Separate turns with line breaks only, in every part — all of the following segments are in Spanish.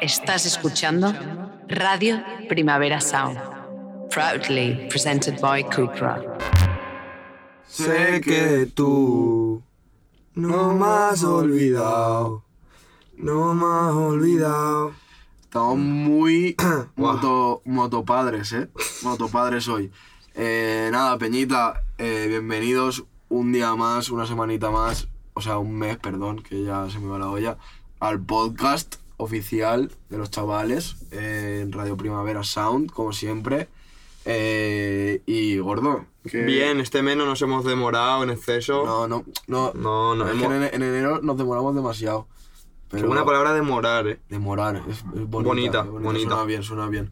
Estás escuchando Radio Primavera Sound. Proudly presented by Quick Rock.
Sé que tú no más olvidado, no más olvidado.
Estamos
Mm.
muy moto, motopadres, ¿eh? Motopadres hoy. Eh, nada, Peñita, eh, bienvenidos un día más, una semanita más, o sea, un mes, perdón, que ya se me va la olla, al podcast oficial de los chavales eh, en Radio Primavera Sound, como siempre. Eh, y gordo. que-
Bien, este mes no nos hemos demorado en exceso.
Eh. No, no, no.
No, no,
es que
hemos-
en, en enero nos demoramos demasiado.
Qué
Pero
buena palabra demorar, eh.
Demorar, es, es
Bonita,
bonita. es
bonita.
Suena bien, suena bien.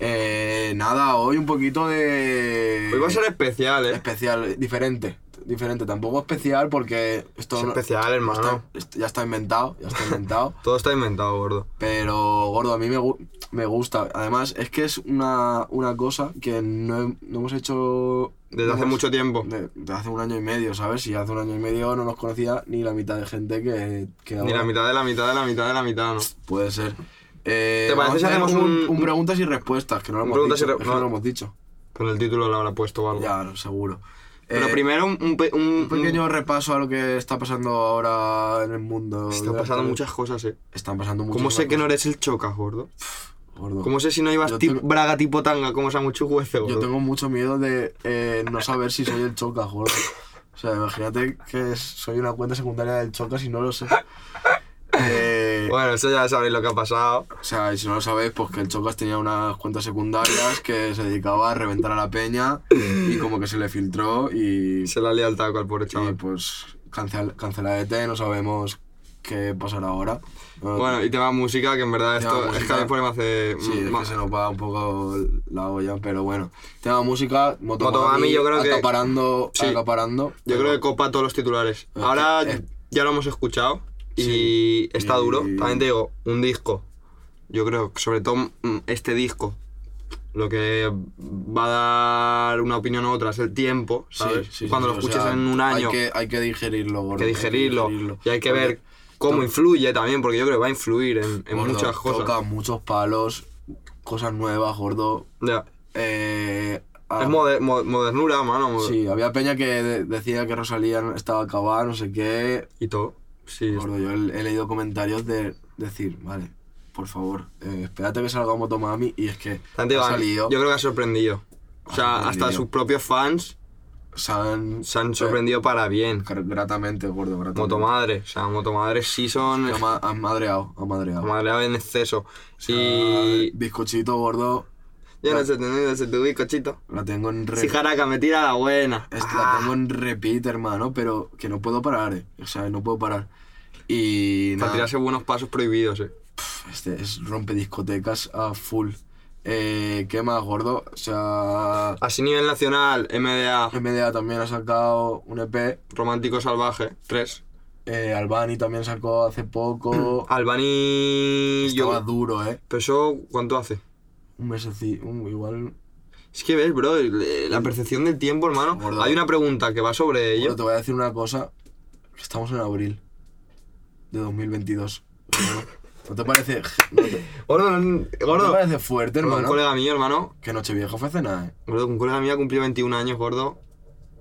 Eh, nada, hoy un poquito de.
Hoy va a ser especial, eh.
especial, eh, diferente. Diferente, tampoco especial porque esto
Es
no-
especial,
no está-
hermano.
esto ya está inventado, ya está inventado.
Todo está inventado, gordo.
Pero, gordo, a mí me, gu- me gusta. Además, es que es una, una cosa que no, he- no hemos hecho...
Desde
no
hace
hemos-
mucho tiempo.
de- Desde hace un año y medio, ¿sabes? Y hace un año y medio no nos conocía ni la mitad de gente que... que
Ni la
ahora.
mitad de la mitad de la mitad de la mitad, ¿no?
Puede ser. Eh,
¿Te parece
vamos a
si
hacer
hacemos un-
preguntas y respuestas? Que no lo
un
hemos
preguntas y
dicho.
re-
es que
no.
no lo hemos dicho.
Con el título lo habrá puesto o algo.
Ya, seguro.
Pero
Eh,
primero un, un, pe- un-
un pequeño repaso a lo que está pasando ahora en el mundo.
Están
de las
pasando
tele-
muchas cosas, eh.
Están pasando muchas
¿Cómo sé que no
cosas,
eres el choca, gordo?
gordo.
¿Cómo sé si no ibas
Yo
tip-
tengo-
braga tipo tanga como Samuchu Juece, gordo?
Yo tengo mucho miedo de eh, no saber si soy el choca, gordo. O sea, imagínate que soy una cuenta secundaria del choca si no lo sé. Eh,
Bueno, eso ya sabréis lo que ha pasado.
O sea, y si no lo sabéis, pues que el Chocas tenía unas cuentas secundarias que se dedicaba a reventar a la peña y como que se le filtró y,
Se la ha liado el taco al pobre
y
chaval.
pues cancel, canceladete, no sabemos qué pasará ahora. No,
Bueno, y tema música, que en verdad
Tema
esto es que
música.
a mí por ahí me hace...
sí, es
ma-
que se nos va un poco la olla, pero bueno. Tema música, Motomami,
Motomami, yo creo que-
acaparando,
Sí.
acaparando.
Yo creo que copa todos los titulares.
Es
Ahora
que- es-
ya lo hemos escuchado y
Ah, eh. Sí.
está duro.
Y-
También te digo, un disco. Yo creo que sobre todo mm, este disco. Lo que va a dar una opinión u otra es el tiempo, ¿sabes?
Sí, sí,
Cuando
sí,
lo
o
escuches
sea,
en un año,
Hay
hay
que, hay que digerirlo, gordo.
que digerirlo. Y hay que
Porque-
ver cómo
to-
influye también, porque yo creo que va a influir en, en
Gordo,
muchas cosas.
Toca muchos palos, cosas nuevas, gordo.
Ya.
Eh, ah,
Es moder- mo- modernura, mano. moder-
Sí, había peña que de- decía que Rosalía no- estaba acabada, no sé qué.
Y todo. Sí.
Gordo, yo he, he leído comentarios de decir, vale, por favor, eh, espérate que salga Motomami y es que
También te digo,
ha salido,
yo creo que ha sorprendido. O
Ha
sea, hasta
sorprendido.
sus propios fans
se han,
se han sorprendido para bien.
eh, gr- gratamente, gordo, gratamente.
Motomadre, o sea, Motomadre sí son.
Que ha ma- han madreado, han madreado.
Motomadre en exceso.
Ah,
Y.
bizcochito, gordo,
Yo no sé, tener ese tu bizcochito.
la tengo en re...
Si Jaraca me tira la buena.
Es que
Ah,
la tengo en repeat, hermano, pero que no puedo parar, eh. O sea, no puedo parar. Y
Para
nada,
tirarse buenos pasos prohibidos, eh.
este es rompe discotecas a full. Eh, ¿Qué más, gordo? O sea,
Así nivel nacional, MDA,
MDA también ha sacado un EP.
Romántico Salvaje, 3.
eh, Albani también sacó hace poco.
Albany.
Estaba
Ah, Yo...
duro, ¿eh?
Pero eso, ¿cuánto hace?
Un mesecito, un- igual...
Es que ves, bro, le- la percepción del tiempo, hermano.
Gordo.
Hay una pregunta que va sobre ello.
Bueno, te voy a decir una cosa. Estamos en abril de 2022. hermano. ¿No te parece, no te-
Gordo, no-
no te
gordo.
parece fuerte,
Un
hermano?
colega mío, hermano,
Que Nochevieja fue cena, ¿eh?
Gordo, un colega mío cumplió 21 años, gordo.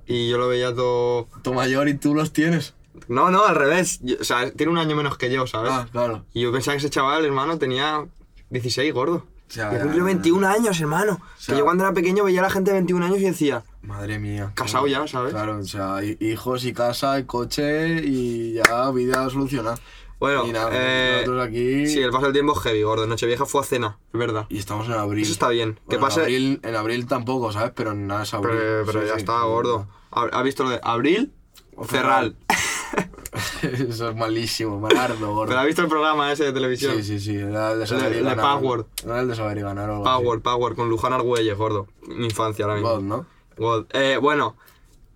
Y yo lo veía todo.
Tu mayor y tú los tienes.
No, no, al revés. Yo- o sea, tiene un año menos que yo, ¿sabes?
Ah, claro.
Y yo pensaba que ese chaval, hermano, tenía 16, gordo.
O sea,
Y cumplió 21 años, hermano.
sea-
que yo cuando era pequeño veía a la gente de 21 años y decía,
Madre mía.
Casado ya, ¿sabes?
Claro, o sea, hi- hijos y casa y coche y ya vida solucionada.
bueno,
y nada,
eh,
nosotros aquí.
sí, el paso del tiempo es heavy, gordo. Nochevieja fue a cena, es verdad.
Y estamos en abril.
Eso está bien. que
Bueno,
pase.
En abril, en abril tampoco, ¿sabes? Pero nada, es abril.
Pero, pero
Sí,
ya
sí.
está, gordo. ¿Ha, ha visto lo de abril?
O
Ferral.
Eso es malísimo, malardo, gordo.
Pero ha visto el programa ese de televisión.
Sí, sí, sí. Era el de saber
El de-
y
el de
ganar.
Power.
Era el de saber y ganar o algo así.
Power, Power, con Luján Argüelles, gordo. Mi infancia ahora mismo.
God, ¿no?
God. Eh, bueno,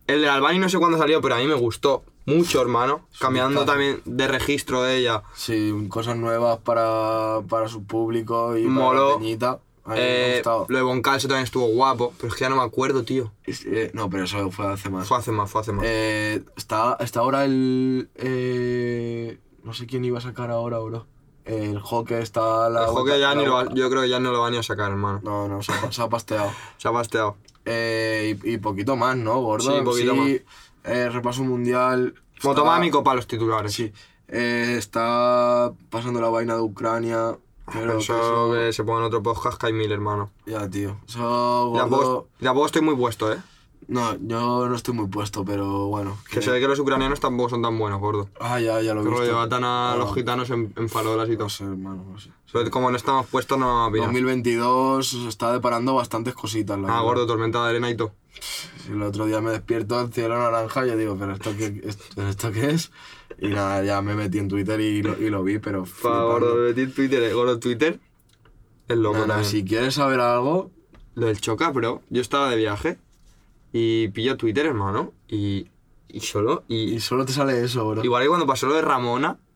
el de Albany no sé cuándo salió, pero a mí me gustó mucho, hermano. Cambiando
discazo.
también de registro de ella.
Sí, cosas nuevas para, para su público y para
Moló.
la peñita. A mí me ha
Eh,
gustado.
lo de Boncalse también estuvo guapo, pero es que ya no me acuerdo, tío.
Eh, no, pero eso fue hace más.
Fue hace más, fue hace más.
Eh, está, está ahora el. eh, no sé quién iba a sacar ahora, bro. El hockey está a la.
El hockey
vuelta-
ya
la
ni lo va-
vuelta-
yo creo que ya no lo van ni a sacar, hermano.
No, no, se ha, pa- se ha pasteado.
Se ha pasteado.
Eh, y, y poquito más, ¿no, gordo?
Sí,
En
poquito
eh, repaso mundial.
Motomámico
para
para los titulares.
Sí. Eh, está pasando la vaina de Ucrania. Pero
Pero
que
eso que se pongan otro podcast, Mil, hermano.
Ya, tío. Eso,
Y tampoco,
gordo...
y tampoco estoy muy puesto, ¿eh?
No, yo no estoy muy puesto, pero bueno.
Que se ve que los ucranianos tampoco son tan buenos, gordo.
Ah, ya, ya lo he
Que lo
visto.
llevan tan a
Ah,
los gitanos en, en farolas y todo.
No sé, hermano, no sé.
Sobre- Como no estamos puestos, no vamos a pillar.
2022 se está deparando bastantes cositas. La
Ah,
verdad.
gordo, tormenta de arena y todo.
Si el otro día me despierto el cielo naranja, yo digo, ¿pero esto qué, esto, ¿esto qué es? Y nada, ya me metí en Twitter y lo, y lo vi, pero.
Pa,
flipando.
gordo, metí en Twitter, eh. gordo, Twitter. Es loco,
Nada,
también.
si quieres saber algo,
Lo del choca, bro. Yo estaba de viaje y pillo Twitter, hermano. Y, y solo. Y,
y solo te sale eso, bro.
igual que cuando pasó lo de Ramona.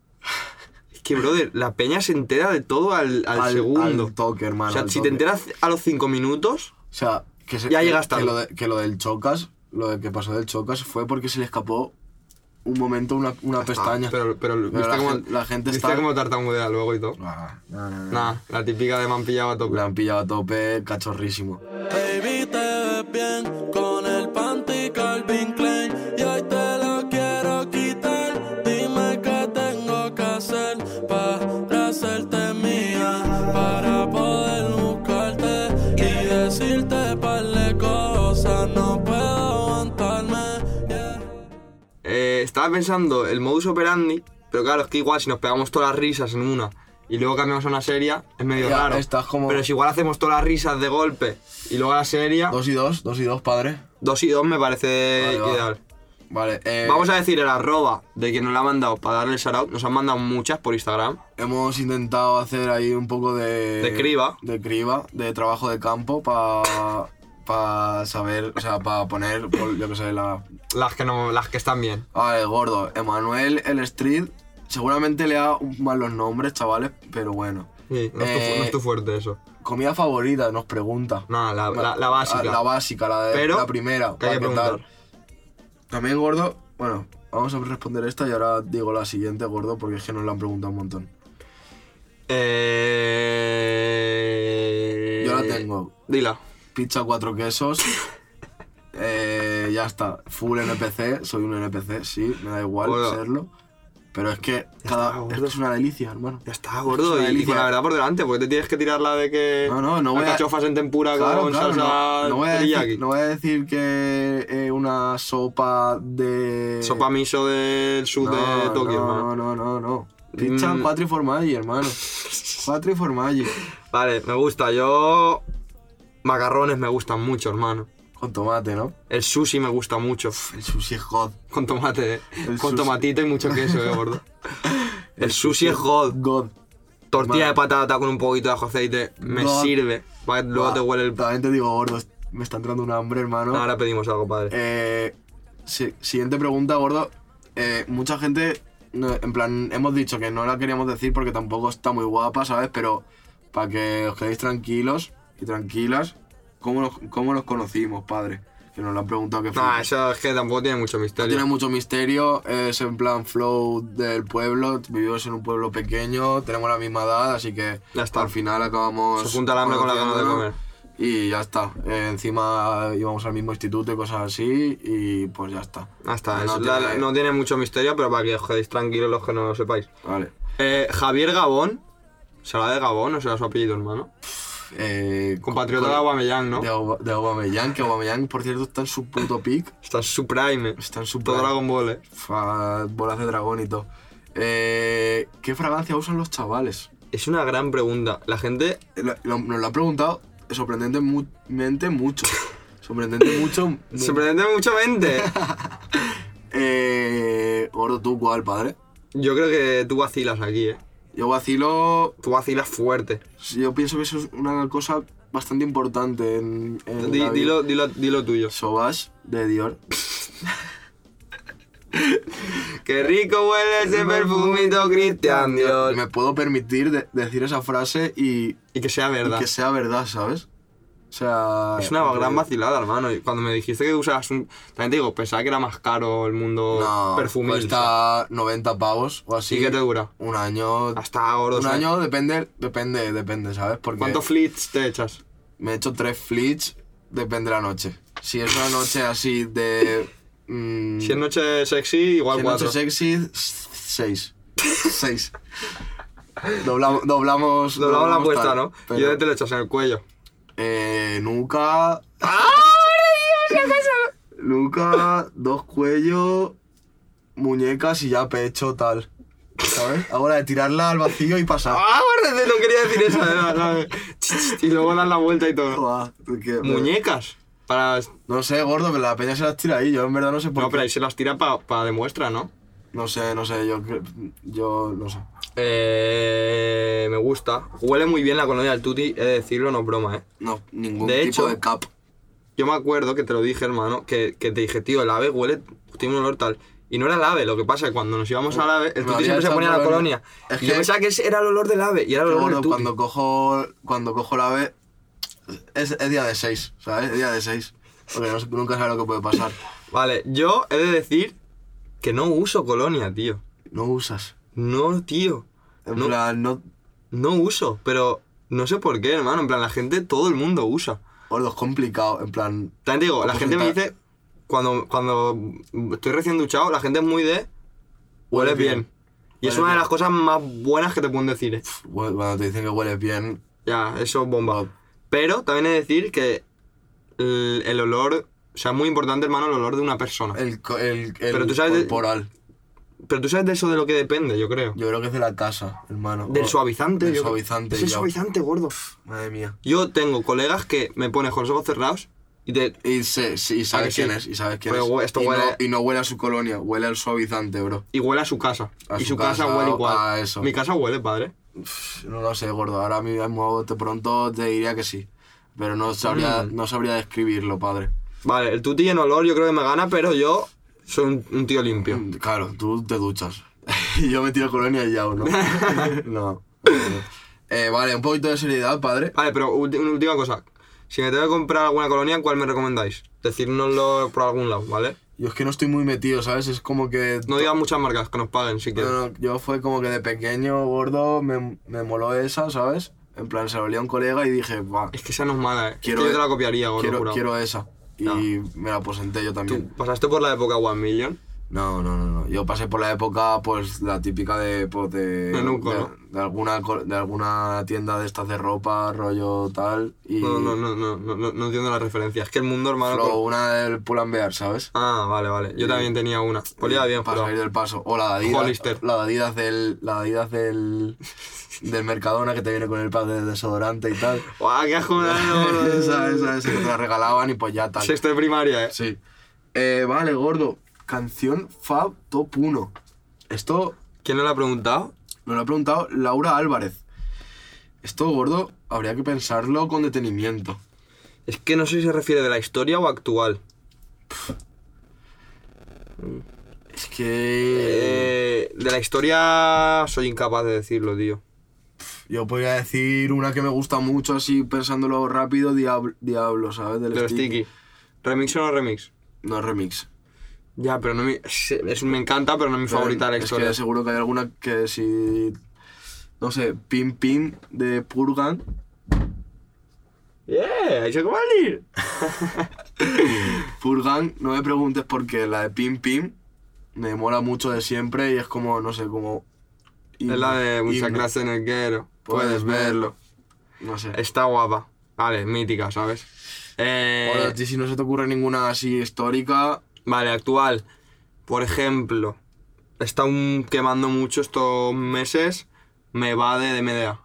Es que, brother, la peña se entera de todo al, al segundo.
al toque, hermano.
o sea,
al
si
toque.
te enteras a los cinco minutos.
O sea, que se-
Ya
que-
llegas tarde.
Que lo, de- que lo del Chocas, lo de que pasó del Chocas fue porque se le escapó un momento una, una pestaña.
Pero, pero, ¿viste
la
cómo-
gen- la gente
¿viste
está-
cómo tartamudea luego y todo?
Ah, no, no, no.
Nada, la típica de me han pillado a tope.
Le han pillado a tope, cachorrísimo.
Baby, te ves bien con el panty Calvin Klein y hoy te lo quiero quitar. Dime qué tengo que hacer para hacerte mía, para poder buscarte y decirte par de cosas. No puedo aguantarme. yeah.
Eh, estaba pensando el modus operandi, pero claro, es que igual si nos pegamos todas las risas en una y luego cambiamos a una seria, es medio
Ya,
raro.
estás como-
Pero si igual hacemos todas las risas de golpe y luego a la seria, dos,
Dos y dos, dos y dos, padre.
y dos me parece
Vale, va.
ideal.
Vale, eh,
Vamos a decir el arroba de quien nos la ha mandado para darle el shoutout. Nos han mandado muchas por Instagram.
hemos intentado hacer ahí un poco de...
De criba.
De criba, de trabajo de campo para saber, o sea, para poner, por- yo qué sé, la...
Las que, no, las que están bien.
Vale, gordo, Emanuel, el Street, seguramente le da mal los nombres, chavales, pero bueno.
Sí, no, es tu, fu-
Eh,
no es tu fuerte eso.
Comida favorita, nos pregunta.
Nada, la, la- la básica.
La, básica, la de
Pero
la primera.
que hay que
va, ¿qué tal?
preguntar.
También gordo, bueno, vamos a responder esta y ahora digo la siguiente, gordo, porque es que nos la han preguntado un montón.
Eh...
Yo la tengo.
Dila.
Pizza cuatro quesos. Eh, ya está. Full NPC, soy un NPC, sí, me da igual
Gordo.
serlo. Pero es que,
Ya
cada-
está, gordo.
es que es una delicia, hermano.
Ya está, gordo.
Es
y- Y, con
una delicia.
la verdad por delante, porque te tienes que tirar la de que.
No, no, no voy a-
Alcachofas en tempura
Claro,
con
claro,
salsa.
no, no voy a decir,
teriyaki.
no voy a decir que eh, una sopa de.
Sopa miso del sur de
No,
Tokio,
no,
hermano.
No, no, no, no. Pizza
Mm.
quattro formaggi, hermano. Quattro formaggi.
Vale, me gusta. Yo. Macarrones me gustan mucho, hermano.
Con tomate, ¿no?
El sushi me gusta mucho.
El sushi es hot.
Con tomate, eh.
El
Con
sushi.
tomatito y mucho queso, eh, gordo. El sushi es hot.
God.
Tortilla de patata con un poquito de ajo aceite. Me
God.
sirve. Pa- Luego
Buah,
te huele el.
También te digo, gordo, me está entrando un hambre, hermano.
Ahora pedimos algo, padre.
Eh, si- siguiente pregunta, gordo. Eh, mucha gente, no- en plan, hemos dicho que no la queríamos decir porque tampoco está muy guapa, ¿sabes? Pero para que os quedéis tranquilos y tranquilas, ¿cómo nos, cómo nos conocimos, padre? Que nos lo han preguntado que
Nah, Ah, eso es que tampoco tiene mucho misterio.
tiene mucho misterio, es en plan flow del pueblo, vivimos en un pueblo pequeño, tenemos la misma edad, así que
Ya está.
al final acabamos...
Se junta el hambre con la gana de
conociéndonos Y ya está, Eh, encima íbamos al mismo instituto y cosas así, y pues ya está.
Ya está,
No
es- la-
tiene-
no tiene mucho misterio, pero para que os quedéis tranquilos los que no lo sepáis.
Vale.
Eh, Javier Gabón, ¿será de Gabón o será su apellido, hermano?
Eh,
Compatriota
con-
de Aubameyang, ¿no?
De, Aub- de Aubameyang, que Aubameyang, por cierto, está en su puto pick,
Está en su prime, eh.
está en su
Todo Dragon Ball, eh.
Fa- bolas de dragón y todo. Eh, ¿Qué fragancia usan los chavales?
Es una gran pregunta. La gente,
Lo- lo- nos lo ha preguntado sorprendentemente mucho. Sorprendente mucho.
sorprende mucho mente.
Eh, Gordo, ¿tú cuál, padre?
Yo creo que tú vacilas aquí, eh.
Yo vacilo...
Tú vacilas fuerte.
Yo pienso que eso es una cosa bastante importante en... en
Di-
la vida.
dilo, dilo, dilo tuyo.
Sauvage de Dior.
¡Qué rico huele ese perfumito, Cristian Dior!
Me puedo permitir de- decir esa frase y,
Y que sea
y
verdad.
que sea verdad, ¿sabes? O sea.
Es una gran
eh,
vacilada, hermano. Y Cuando me dijiste que usabas un. También te digo, pensaba que era más caro el mundo
No,
perfumista.
Cuesta 90 pavos o así.
¿Y qué te dura?
Un año.
Hasta ahora.
un
o sea,
año depende, depende, depende, ¿sabes? Porque
¿Cuántos flits te echas?
me he hecho tres flits, depende de la noche. Si es una noche así de. mm,
Si es noche sexy, igual
si es
cuatro.
noche sexy, seis. seis. Doblamos,
Doblamos
doblamos,
la
doblamos
apuesta,
tal,
¿no?
pero,
Y yo te ¡Ah, lo echas en el cuello.
eh, nunca. Nunca, dos cuellos, muñecas y ya pecho, tal. ¿Sabes? Ahora de tirarla al vacío y pasar.
¡Ah, guárdate! No quería decir eso, ¿verdad? ¿sabes? Ch, ch, ch, Y luego das la vuelta y todo.
Buah, porque-
Muñecas. Para...
No sé, gordo, pero la peña se las tira ahí. Yo en verdad no sé por
No,
qué.
pero ahí se las tira para demuestra, ¿no?
No sé, no sé, yo, cre- yo no sé.
Eh, me gusta. Huele muy bien la colonia del Tuti, he de decirlo, no es broma, ¿eh?
No, ningún
De
tipo
hecho-
de cap.
Yo me acuerdo que te lo dije, hermano, que, que te dije, tío, el ave huele, tiene un olor tal. Y no era el ave, lo que pasa es que cuando nos íbamos al ave, el Tuti
Me había
siempre se
echado
ponía la
colonia.
colonia.
Es
Y
que-
yo pensaba que ese era el olor del ave, y era el
Pero
olor
bueno,
del Tuti.
cuando cojo, cuando cojo la ave, es, es día de seis, ¿sabes? Es día de seis. Porque no- nunca sabes lo que puede pasar.
Vale, yo he de decir que no uso colonia, tío.
No usas.
No, tío.
En
No.
plan, no.
No uso, pero no sé por qué, hermano. En plan, la gente, todo el mundo usa.
Gordo, es complicado. En plan,
También te digo, la
Pues
gente me
está-
dice, cuando, cuando estoy recién duchado, la gente es muy de, hueles bien.
bien.
Y es
Hueles
una de
bien.
las cosas más buenas que te pueden decir. eh.
hue- cuando te dicen que hueles bien,
Ya, eso es bomba.
Wow.
Pero también he de decir que el, el olor, o sea, es muy importante, hermano, el olor de una persona.
el, co- el, el
Pero tú sabes de-
corporal.
Pero tú sabes de eso de lo que depende, yo creo.
Yo creo que es de la casa, hermano.
Del
O-
suavizante.
Del
yo creo.
suavizante.
Es el
ya.
suavizante, gordo.
Madre mía.
Yo tengo colegas que me ponen con los ojos cerrados y te...
Y, se, sí, y
¿A
sabes
que sí?
quién es, y sabes quién
Pero hue-
es.
esto
y,
huele-
no, y no huele a su colonia, huele al suavizante, bro.
Y huele a su casa.
A
y
su
su casa,
casa,
huele igual.
a eso.
Mi casa huele, padre.
Pff, No lo sé, gordo. Ahora mismo de pronto te diría que sí. Pero no sabría,
Mm.
no sabría describirlo, padre.
Vale, el tuti en olor yo creo que me gana, pero yo soy un, un tío limpio.
Mm, Claro, tú te duchas. y yo me tiro colonia y ya, ¿o ¿no? no. Eh, vale, un poquito de seriedad, padre.
Vale, pero ulti- una última cosa. Si me tengo que comprar alguna colonia, ¿cuál me recomendáis? Decírnoslo por algún lado, ¿vale?
Yo es que no estoy muy metido, ¿sabes? Es como que...
No digas muchas marcas, que nos paguen si quieres.
No, no, yo fue como que de pequeño, gordo, me, me moló esa, ¿sabes? En plan, se la olía a un colega y dije, va,
Es que esa no es mala, eh. Es que
Quiero-
yo te la copiaría, gordo,
quiero,
jurado.
quiero esa. Y me la posenté yo también.
Tú pasaste por la época One Million.
No, no, no, no. Yo pasé por la época, pues, la típica de. Pues, de,
De Nuco,
de-
¿no?
de alguna, co- de alguna tienda de estas de ropa, rollo tal. Y.
No, no, no, no, no, no, no entiendo la referencia. Es que el mundo, hermano...
Flow,
con-
una del Pull and Bear, ¿sabes?
Ah, vale, vale. Yo también tenía una. Olía bien,
Para salir
jurado.
del paso. O la de Adidas.
Hollister.
La de Adidas del. La de Adidas del. del Mercadona que te viene con el pack de desodorante y tal.
¡Guau, qué asco me da, gordo!
esa, esa, esa. Que te la regalaban y pues ya tal.
Sexto de primaria, eh.
Sí. Eh, vale, gordo. Canción Fab Top 1. Esto
¿Quién no lo ha preguntado?
Nos lo ha preguntado Laura Álvarez. Esto, gordo, habría que pensarlo con detenimiento.
Es que no sé si se refiere de la historia o actual.
Es que.
Eh, de la historia soy incapaz de decirlo, tío.
Yo podría decir una que me gusta mucho, así pensándolo rápido: Diablo, Diablo ¿sabes? Del
Del
Sticky.
sticky. ¿Remix o no remix?
No es remix.
Ya, pero no me, se- es- me encanta, pero no es mi favorita eh. de la
es
historia.
que seguro que hay alguna que si. No sé, Pim Pim de Purgan.
¡Yeah! ¡Eso cómo va a ir!
Purgan, no me preguntes por qué, la de Pim Pim me mola mucho de siempre y es como, no sé, como.
Es la de
himno,
mucha
himno.
clase en el guero.
Puedes verlo. Eh, No sé.
Está guapa. Vale, mítica, ¿sabes? Eh,
Ahora, a ti si no se te ocurre ninguna así histórica,
Vale, actual. Por ejemplo, está un- quemando mucho estos meses. Me va de MDA.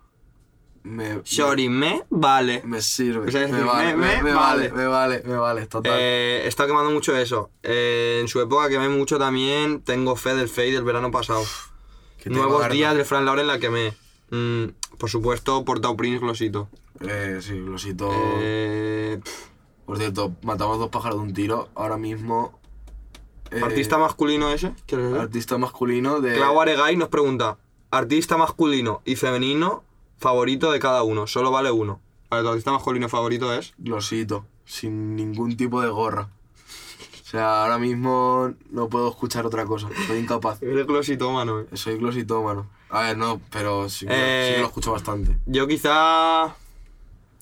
me,
Sorry, me vale.
me sirve.
O sea, es
me,
decir,
vale,
me-
me,
me
me vale,
vale.
me vale, me vale, total.
Eh, está quemando mucho eso. Eh, en su época quemé mucho también. Tengo fe del Fey del verano pasado.
Que te
Nuevos
guardo.
días del Fran Lauren la quemé. Mm, por supuesto, Portao Prince Glosito.
Eh, sí, Glosito.
Eh, pf,
Por cierto, matamos dos pájaros de un tiro. Ahora mismo. eh,
artista masculino ese. ¿quieres decir?
artista masculino de.
Clau Aregay nos pregunta: artista masculino y femenino favorito de cada uno. Solo vale uno. A ver, tu artista masculino favorito es.
Glosito, sin ningún tipo de gorra. O sea, ahora mismo no puedo escuchar otra cosa, soy incapaz.
Eres glositómano, eh.
Soy glositómano. A ver, no, pero sí, que-
Eh,
sí que lo escucho bastante.
Yo quizá.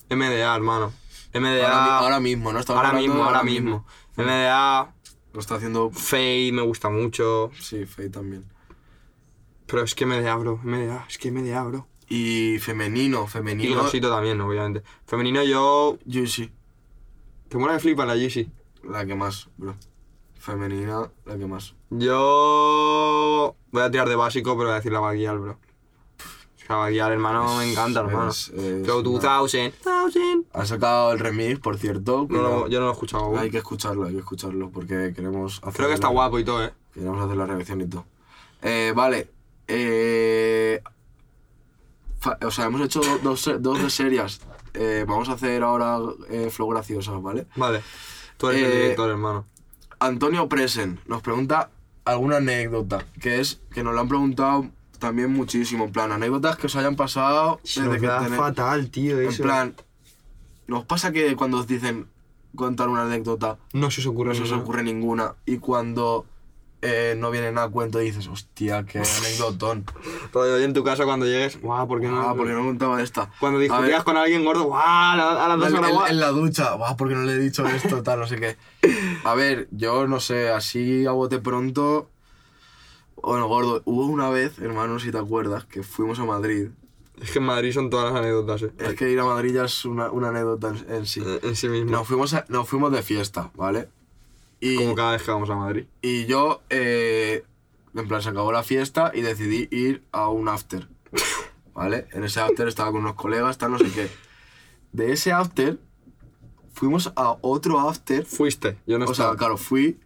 MDA, hermano. MDA.
Ahora, mi- ahora mismo, ¿no? Estamos
ahora
hablando de
mismo, ahora mismo. MDA,
Lo está haciendo.
Faye me gusta mucho.
Sí, Faye también.
Pero es que MDA, bro. MDA, es que MDA, bro.
Y femenino,
Y
femenino.
Glosito también, obviamente. Femenino, yo.
Juicy,
Te mola que flipa la Yeezy.
la que más, bro. Femenina, la que más.
Yo. Voy a tirar de básico, pero voy a decir la Baguial, bro. La Baguial, hermano, me encanta,
Es-
hermano.
es- es
Flow
una-
2000. 2000.
Ha sacado el remix, por cierto.
No lo-
cuidado.
yo no lo he escuchado aún.
Hay que escucharlo, hay que escucharlo, porque queremos hacer.
Creo que está
la-
guapo y todo, eh.
Queremos hacer la revisión y todo. Eh, vale. eh, fa- o sea, hemos hecho do- dos, se- dos de serias. Eh, vamos a hacer ahora eh, flow graciosas, ¿vale?
Vale. Tú eres el
Eh,
director, hermano.
Antonio Presen nos pregunta alguna anécdota, que es que nos lo han preguntado también muchísimo, en plan, anécdotas que os hayan pasado desde que tenéis-
fatal, tío,
En plan, nos pasa que cuando os dicen contar una anécdota,
No se os ocurre
no se os
ninguna.
ocurre ninguna, y cuando eh, no viene nada a cuento dices, hostia, qué anécdotón.
Rollo, y en tu casa cuando llegues, guau, ¿por qué no?
Ah, porque no contaba esta.
Cuando
A ver,
discutías con alguien gordo, guau, a la- a las dos
en-
horas,
en,
guau.
en la ducha, "Buah, porque no le he dicho esto, tal, no sé qué. A ver, yo no sé, así a bote pronto. Bueno, gordo, hubo una vez, hermano, si te acuerdas, que fuimos a Madrid.
Es que en Madrid son todas las anécdotas, eh.
Es que ir a Madrid ya es una, una anécdota en, en sí.
Eh, En sí mismo.
Nos fuimos, a- nos fuimos de fiesta, ¿vale? Y,
Como cada vez que vamos a Madrid.
y yo, eh, en plan, se acabó la fiesta y decidí ir a un after. ¿Vale? En ese after estaba con unos colegas, tal, no sé qué. De ese after, fuimos a otro after.
Fuiste, yo no
O sea,
estaba.
claro, fui.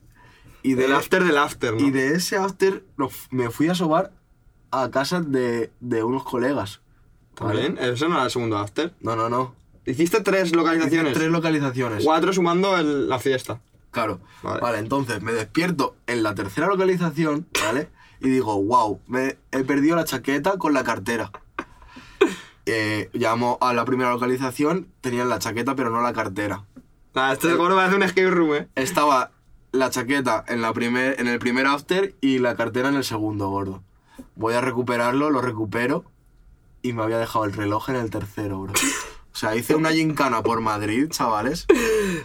Y de,
del after del after, ¿no?
y de ese after no, f- me fui a sobar a casa de, de unos colegas. ¿vale?
¿También? ¿Eso no era el segundo after?
No, no, no.
Hiciste tres
Hice
localizaciones.
tres localizaciones.
Cuatro sumando el- la fiesta.
Claro.
Vale.
Vale. entonces me despierto en la tercera localización, ¿vale? Y digo, wow, me he perdido la chaqueta con la cartera. Eh, llamo a la primera localización, tenían la chaqueta pero no la cartera.
Nada, esto es como este parece un escape room, eh.
Estaba la chaqueta en, la primer, en el primer after y la cartera en el segundo, gordo. Voy a recuperarlo, lo recupero y me había dejado el reloj en el tercero, bro. O sea, hice una gincana por Madrid, chavales.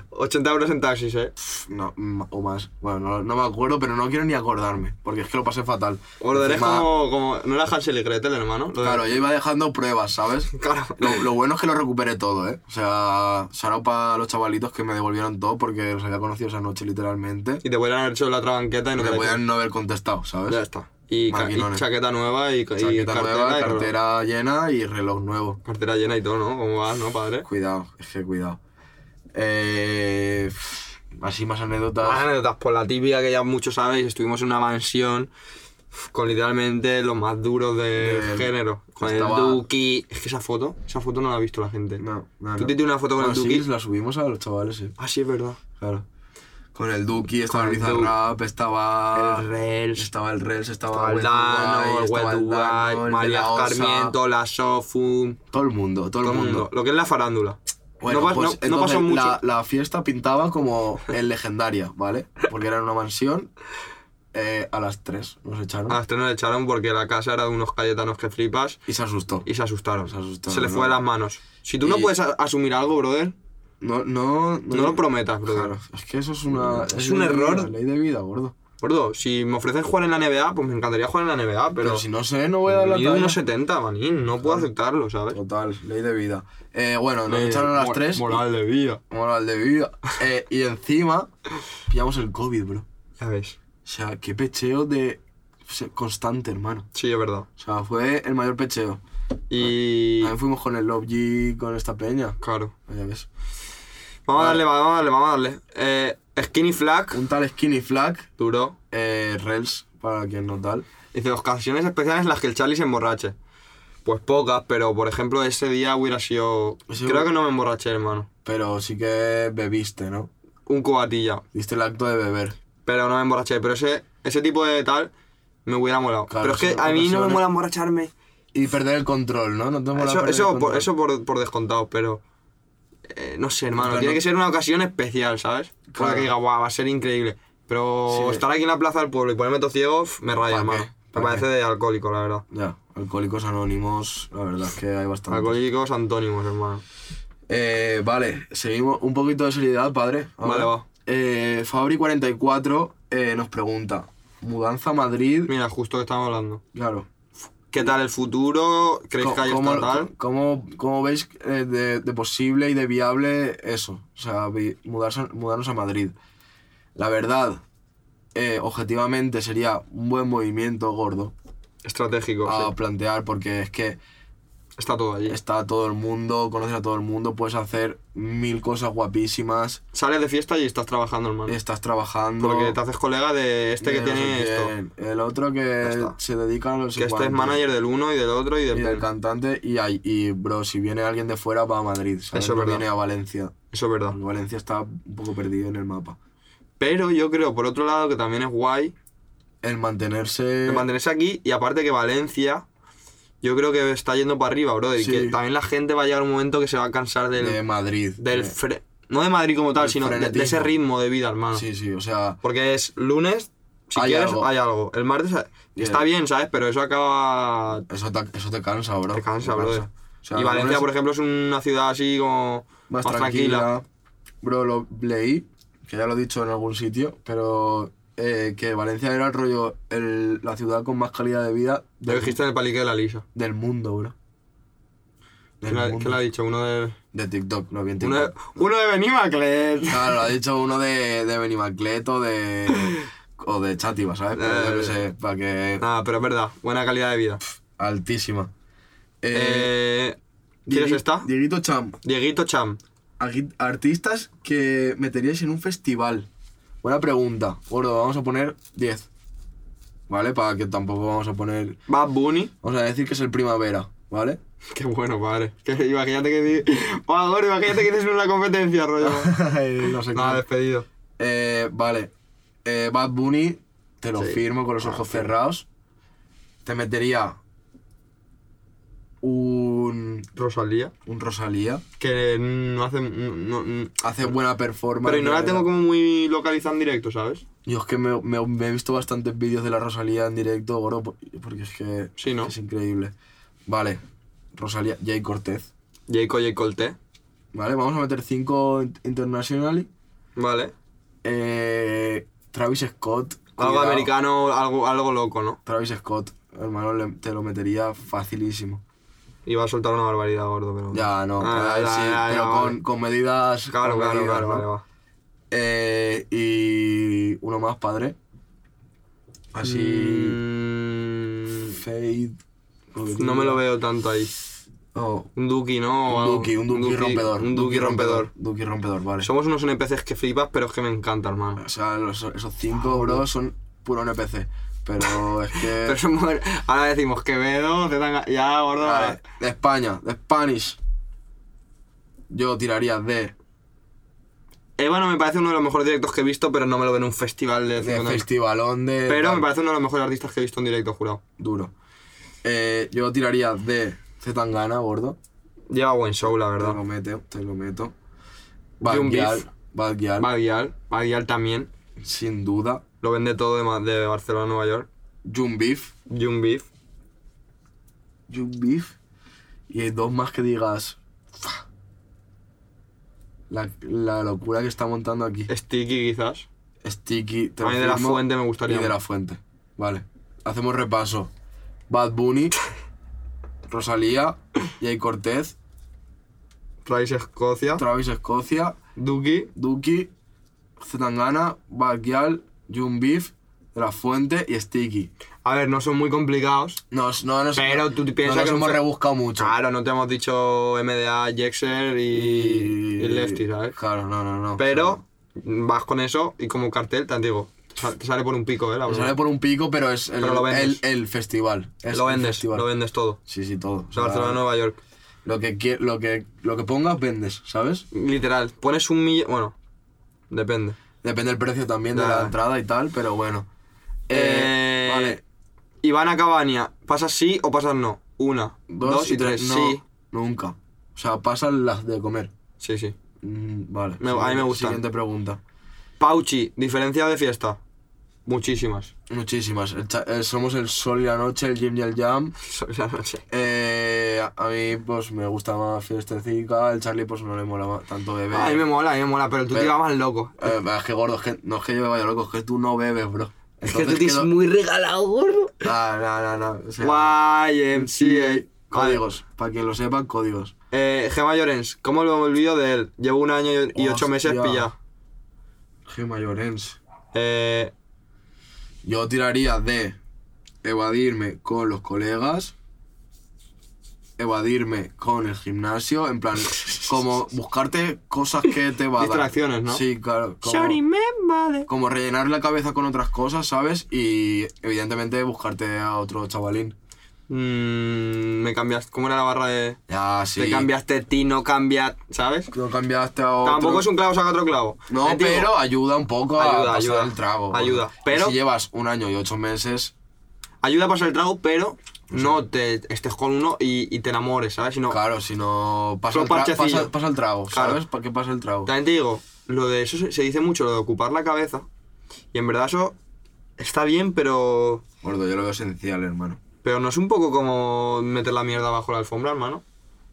80 euros en taxis, eh.
No, m- o más. Bueno, no, no me acuerdo, pero no quiero ni acordarme, porque es que lo pasé fatal.
Ordené
Encima,
como, como. ¿No era Hansel y Gretel, hermano? Lo de-
Claro, yo iba dejando pruebas, ¿sabes?
Claro.
Lo, lo bueno es que lo recuperé todo, ¿eh? O sea, salado para los chavalitos que me devolvieron todo porque los había conocido esa noche literalmente.
Y te vuelven a haber hecho la otra banqueta y no
Me
te la
podían
hicieron.
no haber contestado, ¿sabes?
Ya está. Y, ca- y
Maquinones.
chaqueta nueva y, y
Chaqueta
cartera,
nueva,
y reloj.
cartera llena y reloj nuevo.
Cartera llena y todo, ¿no? ¿Cómo vas, no, padre?
Cuidado, es que cuidado. Eh, pff, así más anécdotas.
Más anécdotas Ah, por la típica que ya muchos sabéis, estuvimos en una mansión con literalmente los más duros del
Del-
género. Con
estaba-
el Duki. Es que esa foto, esa foto no la ha visto la gente.
No, no,
Tú
no.
te tienes una foto con
Bueno,
el
sí,
Duki.
la subimos a los chavales, sí.
Ah, sí, es verdad.
Claro. Con el Duki, estaba
Con
el
el Duki.
Bizarrap, estaba.
El Rels.
Estaba el Rels, estaba,
Estaba el Dano, el
estaba
Wet
el Dano, el de
Dubai,
la
María
Osa.
Escarmiento, la Sofum.
Todo el mundo, todo,
Todo el mundo. Lo que es la farándula. no, pas-
pues,
no- no pasó
entonces,
mucho.
La, la fiesta pintaba como el legendaria, ¿vale? Porque era en una mansión. eh, a las 3 nos echaron.
A las tres nos echaron porque la casa era de unos cayetanos que flipas
Y se asustó.
y se asustaron.
Se asustaron,
les
¿no?
fue de las manos. Si tú no
Y-
puedes a- asumir algo, brother,
No, no,
no lo prometas, brother.
Claro, es que eso es una.
Es un
ley de
error.
vida, ley de vida, gordo.
Gordo, si me ofrecen jugar en la NBA, pues me encantaría jugar en la NBA, pero.
Pero, si no sé, no voy a dar la
mido
talla.
1,70, manín. No puedo aceptarlo, ¿sabes?
Total, ley de vida. Eh, bueno, nos echaron a las
Mor-
3.
Moral de vida.
Moral de vida. Eh, y encima, pillamos el COVID, bro. O
Ya ves.
sea, qué pecheo de se- constante, hermano.
Sí, es verdad.
O sea, fue el mayor pecheo.
Y.
También fuimos con el Love G, con esta peña.
Claro.
Ya ves.
Vamos a darle,
Vale.
vamos a darle, vamos a darle. Eh, Skinny Flag,
Un tal Skinny Flag,
duro.
eh, Rels, para quien no tal.
Dice, ocasiones especiales en las que el Charlie se emborrache. Pues pocas, pero por ejemplo ese día hubiera sido...
Ese-
Creo que no me emborraché, hermano.
Pero sí que bebiste, ¿no?
Un cobatilla.
Diste el acto de beber.
Pero no me emborraché. Pero ese, ese tipo de tal me hubiera molado.
Claro,
pero es que
son
a mí no me
ocasiones-
mola emborracharme.
Y perder el control, ¿no? No te mola
Eso,
perder el
eso, por,
control.
eso por, por descontado, pero eh, no sé, hermano,
Pero
tiene
no-
que ser una ocasión especial, ¿sabes? Por la
Claro.
que diga, guau, va a ser increíble. Pero
Sí.
estar aquí en la plaza del pueblo y ponerme todo ciego, pf, me raya,
¿Pa'
hermano.
qué?
Me
¿Pa'
parece
qué?
de alcohólico, la verdad.
Ya, alcohólicos anónimos, la verdad es que hay bastante.
Alcohólicos antónimos, hermano.
Eh, vale, seguimos. Un poquito de seriedad, padre.
Vale, va.
Eh, Fabri44 eh, nos pregunta: ¿Mudanza a Madrid?
Mira, justo que estamos hablando.
Claro.
¿Qué tal el futuro? ¿Creéis
Co-
que hay
¿Cómo,
estatal?
cómo- cómo veis eh, de, de posible y de viable eso? O sea, vi- mudarse- mudarnos a Madrid. La verdad, eh, objetivamente sería un buen movimiento gordo
Estratégico,
a
sí.
plantear porque es que
Está todo allí.
está todo el mundo, conoces a todo el mundo, puedes hacer mil cosas guapísimas,
Sales de fiesta y estás trabajando, hermano.
estás trabajando.
Porque te haces colega de este que
de no
tiene
sé
esto.
quién, El otro que
está.
se dedica a los
Que este es manager del uno y del otro y del...
y del
otro.
cantante y, ahí- y bro, si viene alguien de fuera va a Madrid, ¿sabes?
Eso es
No
verdad.
viene a Valencia.
Eso es verdad.
Valencia está un poco perdido en el mapa.
Pero yo creo, por otro lado, que también es guay
El mantenerse.
el mantenerse aquí y aparte que Valencia... Yo creo que está yendo para arriba, brother. Y
Sí.
que también la gente va a llegar un momento que se va a cansar del...
de Madrid. eh,
del
de-
fre- no de Madrid como tal,
del
sino de- de,
frenetismo.
ese ritmo de vida, hermano.
Sí, sí, o sea.
Porque es lunes, si
Hay
quieres,
algo.
hay algo. El martes eh,
Bien.
está bien, ¿sabes? Pero eso acaba.
Eso te, eso te cansa, bro.
Te cansa,
Te
brother.
O sea,
y Valencia,
algunas-
por ejemplo, es una ciudad así como.
Más, tranquila. Bro, lo leí, que ya lo he dicho en algún sitio, pero eh, que Valencia era el rollo, el- la ciudad con más calidad de vida
Lo
del,
dijiste en el palique de la Lisa.
del mundo, bro.
¿Quién
Del
la-
mundo.
quién la ha dicho? Uno de.
De TikTok, lo vi en
Uno de,
TikTok.
uno de Benimaclet.
Claro, lo ha dicho uno de, de Benimaclet o de. o de Chátiva, ¿sabes? Pero
Eh,
yo qué sé, para que.
Nada, pero es verdad, buena calidad de vida.
Altísima. Eh,
Eh, ¿Quieres
Diegui-
esta?
Dieguito Cham.
Dieguito Cham.
Agui- Artistas que meteríais en un festival. Buena pregunta. Gordo, vamos a poner 10. ¿Vale? Para que tampoco vamos a poner.
Bad Bunny.
Vamos a decir que es el primavera, ¿vale?
Qué bueno, padre. Que imagínate que. di- Buah, gordo, imagínate que tienes una competencia, rollo.
no sé
Nada, despedido.
Eh, vale. Eh, Bad Bunny, te lo
Sí.
firmo con los ojos cerrados. Te metería un,
Rosalía.
un Rosalía.
que no hace. no- no-
Hace buena performance.
pero y no la
de
tengo
verdad.
como muy localizada en directo, ¿sabes?
Yo es que me, me- me he visto bastantes vídeos de la Rosalía en directo, gordo, por- porque es que
Sí, ¿no?
es increíble. Vale, Rosalía, Jay Cortez.
Jayco J. Colte.
Vale, vamos a meter 5 internacionales.
Vale.
Eh, Travis Scott.
Algo
cuidado.
americano, algo, algo loco, ¿no?
Travis Scott, hermano, le- te lo metería facilísimo.
Iba a soltar una barbaridad, gordo, pero.
Ya, no,
Ah,
cada vez
ya,
sí,
ya,
pero
ya,
con,
vale.
con medidas.
Claro,
con
claro,
medidas,
claro,
¿no?
vale, va.
Eh, y uno más, padre. Así.
Mm,
Fade.
no me lo veo tanto ahí.
Oh,
Un Duki, ¿no? O
un
algo.
Duki, un Duki, rompedor.
Un Duki rompedor.
Duki rompedor, vale.
Somos unos NPCs que flipas, pero es que me encanta, hermano.
O sea, los- esos cinco, bro, son puro NPC. Pero es que.
Pero somos. Ahora decimos Quevedo, Zetanga- Ya, gordo.
Vale, de España, de Spanish. Yo tiraría de,
Eva no me parece uno de los mejores directos que he visto, pero no me lo veo en un festival de
de
50.
festivalón de.
Pero
tal,
me parece uno de los mejores artistas que he visto en directo, jurado.
Duro. Eh, yo tiraría de Zetangana, gordo.
Lleva buen show, la
Te
verdad.
lo meto, te lo meto.
Y un beef.
Badgial, Badgial,
Badial, Badial también.
sin duda.
Lo vende todo de, Ma- de Barcelona a Nueva York.
Jun Beef.
Jung Beef.
Jun Beef. Y hay dos más que digas. "Fua". La, la locura que está montando aquí.
Sticky, quizás.
Sticky, te
A
lo
mí de la
firmo,
Fuente me gustaría
Y de la
mucho.
fuente. Vale. Hacemos repaso. Bad Bunny, Rosalía, Jay Cortez,
Travis Escocia.
Travis Escocia,
Duki.
Duki, Zetangana, Bakial, Jun Beef, de la Fuente y Sticky.
A ver, no son muy complicados.
Nos, no, nos,
Pero tú
no
piensas
nos
que
hemos
fue-
rebuscado mucho.
Claro, Ah, no te hemos dicho MDA, Jexer y, y Lefty, ¿sabes?
Claro, no, no, no.
Pero vas con eso y como cartel, te digo, sa- te sale por un pico, ¿eh? La
O sea,
broma.
sale por un pico, pero es el,
Pero lo vendes.
el, el festival. Es
lo
el
vendes,
festival.
lo vendes todo.
Sí, sí, todo.
O sea, Barcelona, Nueva York.
lo que, quie- lo, que, lo que pongas, vendes, ¿sabes?
Literal, pones un millón. Bueno, depende.
Depende del precio también de
Ya.
la entrada y tal, pero bueno.
Eh,
vale.
Iván a Cabaña, ¿pasas sí o pasas no? Una, dos, y tres.
No,
Sí.
Nunca. O sea, pasan las de comer.
Sí, sí.
Mm, vale.
Me- a mí me gustan.
Siguiente pregunta.
Pauchi, diferencia de fiesta. Muchísimas.
Muchísimas. El cha- eh, somos el sol y la noche, el gym y el jam.
Sobre la noche.
Eh, a- a mí, pues, me gusta más fiestecica. El Charlie, pues, no le mola más tanto beber.
A mí me mola, a mí me mola, pero tú te
Pero-
ibas más loco.
Eh, es que, gordo, es que, no es que yo me vaya loco, es que tú no bebes, bro.
Es que tú
Entonces
tienes
quedo-
muy regalado, gordo.
Ah, no, no, no. o sea,
em, YMCA.
Códigos. Para quien lo sepan, códigos.
Eh, Gema Llorens, ¿cómo lo olvido de él? Llevo un año y ocho
Hostia.
meses pillado.
G. Mayorens.
Eh,
Yo tiraría de evadirme con los colegas, evadirme con el gimnasio, en plan, como buscarte cosas que te van a dar.
Distracciones, ¿no?
Sí, claro. Como,
oh,
como rellenar la cabeza con otras cosas, ¿sabes? Y evidentemente buscarte a otro chavalín.
mm, me cambiaste. ¿Cómo era la barra de.?
Ya, sí.
Te cambiaste ti, no cambia, ¿sabes?
No cambiaste a otro.
Tampoco es un clavo saca otro clavo.
No,
Eh, digo,
pero ayuda un poco a
Ayuda,
pasar
ayuda.
el trago.
Ayuda.
Y
Pero-
Si llevas un año y ocho meses,
Ayuda a pasar el trago, pero no te estés con uno y, y te enamores, ¿sabes? Sino,
claro, si no... Pasa,
Pero
el, tra-
parchecillo.
pasa- pasa el trago,
Claro.
¿sabes? ¿Para qué pasa el trago?
También te digo, lo de eso se, se dice mucho, lo de ocupar la cabeza. Y en verdad eso está bien, pero.
Gordo, yo lo veo esencial, hermano.
Pero no es un poco como meter la mierda bajo la alfombra, hermano.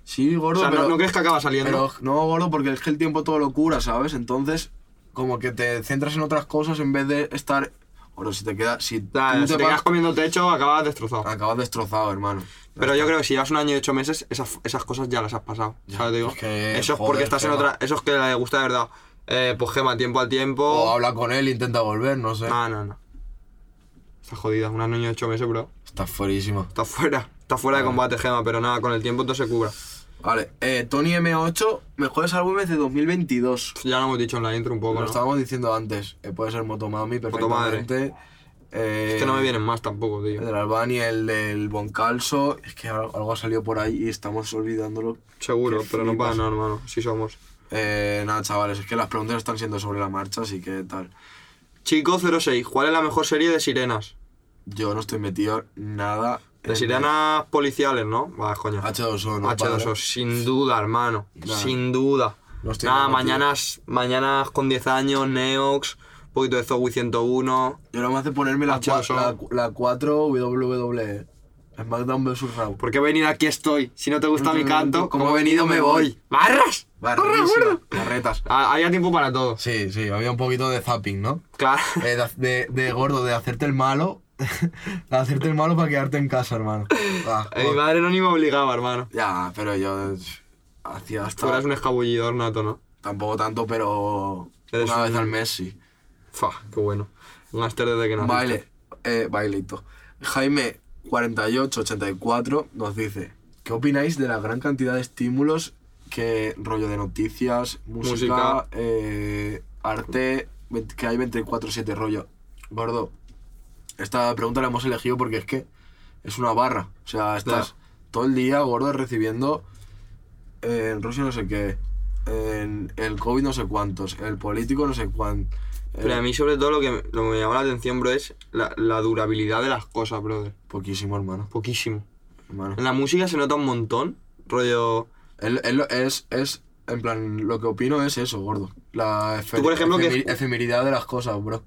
Sí,
O
gordo,
sea,
pero,
no, no crees que acaba saliendo.
pero no, gordo, porque es que el tiempo todo lo cura, ¿sabes? Entonces, como que te centras en otras cosas en vez de estar... Gordo, si te queda... Si
O sea, si
tú te Ah,
te
vas-
quedas comiendo techo, acabas destrozado.
Acabas destrozado, hermano.
Pero yo creo que si llevas un año y ocho meses, esas, esas cosas ya las has pasado.
Ya,
¿Sabes? Digo,
es que,
eso es
joder,
porque estás en
Gema.
otra. Eso es que le gusta de verdad. Eh, pues gema, tiempo al tiempo.
O Oh, habla con él, intenta volver, no sé.
No, no, no. Está jodida, un año y ocho meses, bro.
Está fuerísima.
Está fuera. Está fuera de combate, gema, pero nada, con el tiempo todo se cubra.
Vale, eh, Tony M8, mejores álbumes de 2022.
Ya lo hemos dicho en la intro un poco,
Lo
¿no?
estábamos diciendo antes. eh, puede ser Motomami,
Motomadre.
perfectamente. Eh,
Es que no me vienen más tampoco,
El
tío.
del Albani, el del Boncalso. Es que al- algo ha salido por ahí y estamos olvidándolo.
Seguro,
Qué
pero no pasa
flipas.
nada, hermano. Si somos.
Eh, nada, chavales, es que las preguntas están siendo sobre la marcha, así que tal.
Chico06, ¿cuál es la mejor serie de sirenas?
Yo no estoy metido nada.
De
en
sirenas policiales, ¿no? Va, coño.
H2O, ¿no?
H2O,
padre?
sin duda, hermano.
Nah.
Sin duda.
No estoy
Nada,
metido.
mañanas, mañanas con 10 años, Neox, un poquito de Zoe 101.
Yo ahora me hace ponerme la, cua-
H2O.
la, cu- la 4 WWE. SmackDown vs. Raw.
¿Por qué venir aquí estoy? Si no te gusta mi canto, como he venido me voy. ¡Barras! ¡Barras,
Barrísima,
gordo!
Barretas.
Ah, Había tiempo para todo.
Sí, sí, había un poquito de zapping, ¿no?
Claro.
Eh, de, de- de gordo, de hacerte el malo. de hacerte el malo para quedarte en casa, hermano. Ah,
Eh, Mi madre no ni me obligaba, hermano.
Ya, pero yo eh, hacía
Tú
hasta
eras un escabullidor nato, ¿no?
tampoco tanto, pero
Eres
una vez
un-
al mes sí.
Fa, qué bueno. Un máster desde que naciste.
Baile, eh, bailito. Jaime 4884 nos dice, ¿qué opináis de la gran cantidad de estímulos que rollo de noticias, música,
Música.
eh, arte, ve- que hay 24/7 rollo? Gordo, esta pregunta la hemos elegido porque es que es una barra, o sea, estás todo el día gordo recibiendo eh, en Rusia no sé qué, en el COVID no sé cuántos, el político no sé cuánto. Eh.
Pero a mí, sobre todo, lo que, me- lo que me llamó la atención, bro, es la, la durabilidad de las cosas, brother.
Poquísimo, hermano.
Poquísimo.
hermano.
En la música se nota un montón. Rollo.
Él- él lo- es, es, en plan, lo que opino es eso, gordo. La efe-
Tú, por ejemplo, que-
efemeridad de las cosas, bro.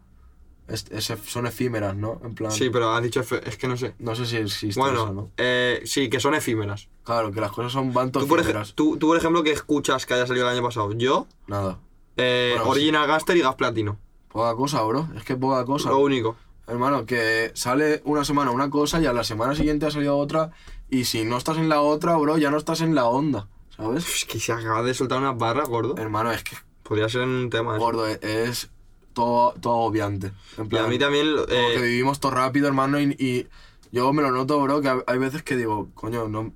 Es- es ef- son efímeras, ¿no? En plan,
Sí, pero has dicho. efe- Es que no sé.
no sé si existe eso,
Bueno,
¿no?
eh, sí, que son efímeras.
Claro, que las cosas son van
Tú por, ej-
efímeras.
tú- tú, por ejemplo, que escuchas que haya salido el año pasado. Yo,
Nada.
eh,
Bueno,
Original Gaster y Gas Platino.
Poca cosa, bro. Es que poca cosa.
Lo único.
Hermano, que sale una semana una cosa y a la semana siguiente ha salido otra. Y si no estás en la otra, bro, ya no estás en la onda, ¿sabes?
Es que se acaba de soltar unas barras, gordo.
Hermano, es que,
Podría ser en un tema. eso.
gordo, es, es todo, todo obviante. En
Y a
plan,
mí también. lo-
Como
eh,
que vivimos todo rápido, hermano, y, y yo me lo noto, bro, que hay- hay veces que digo, coño, no,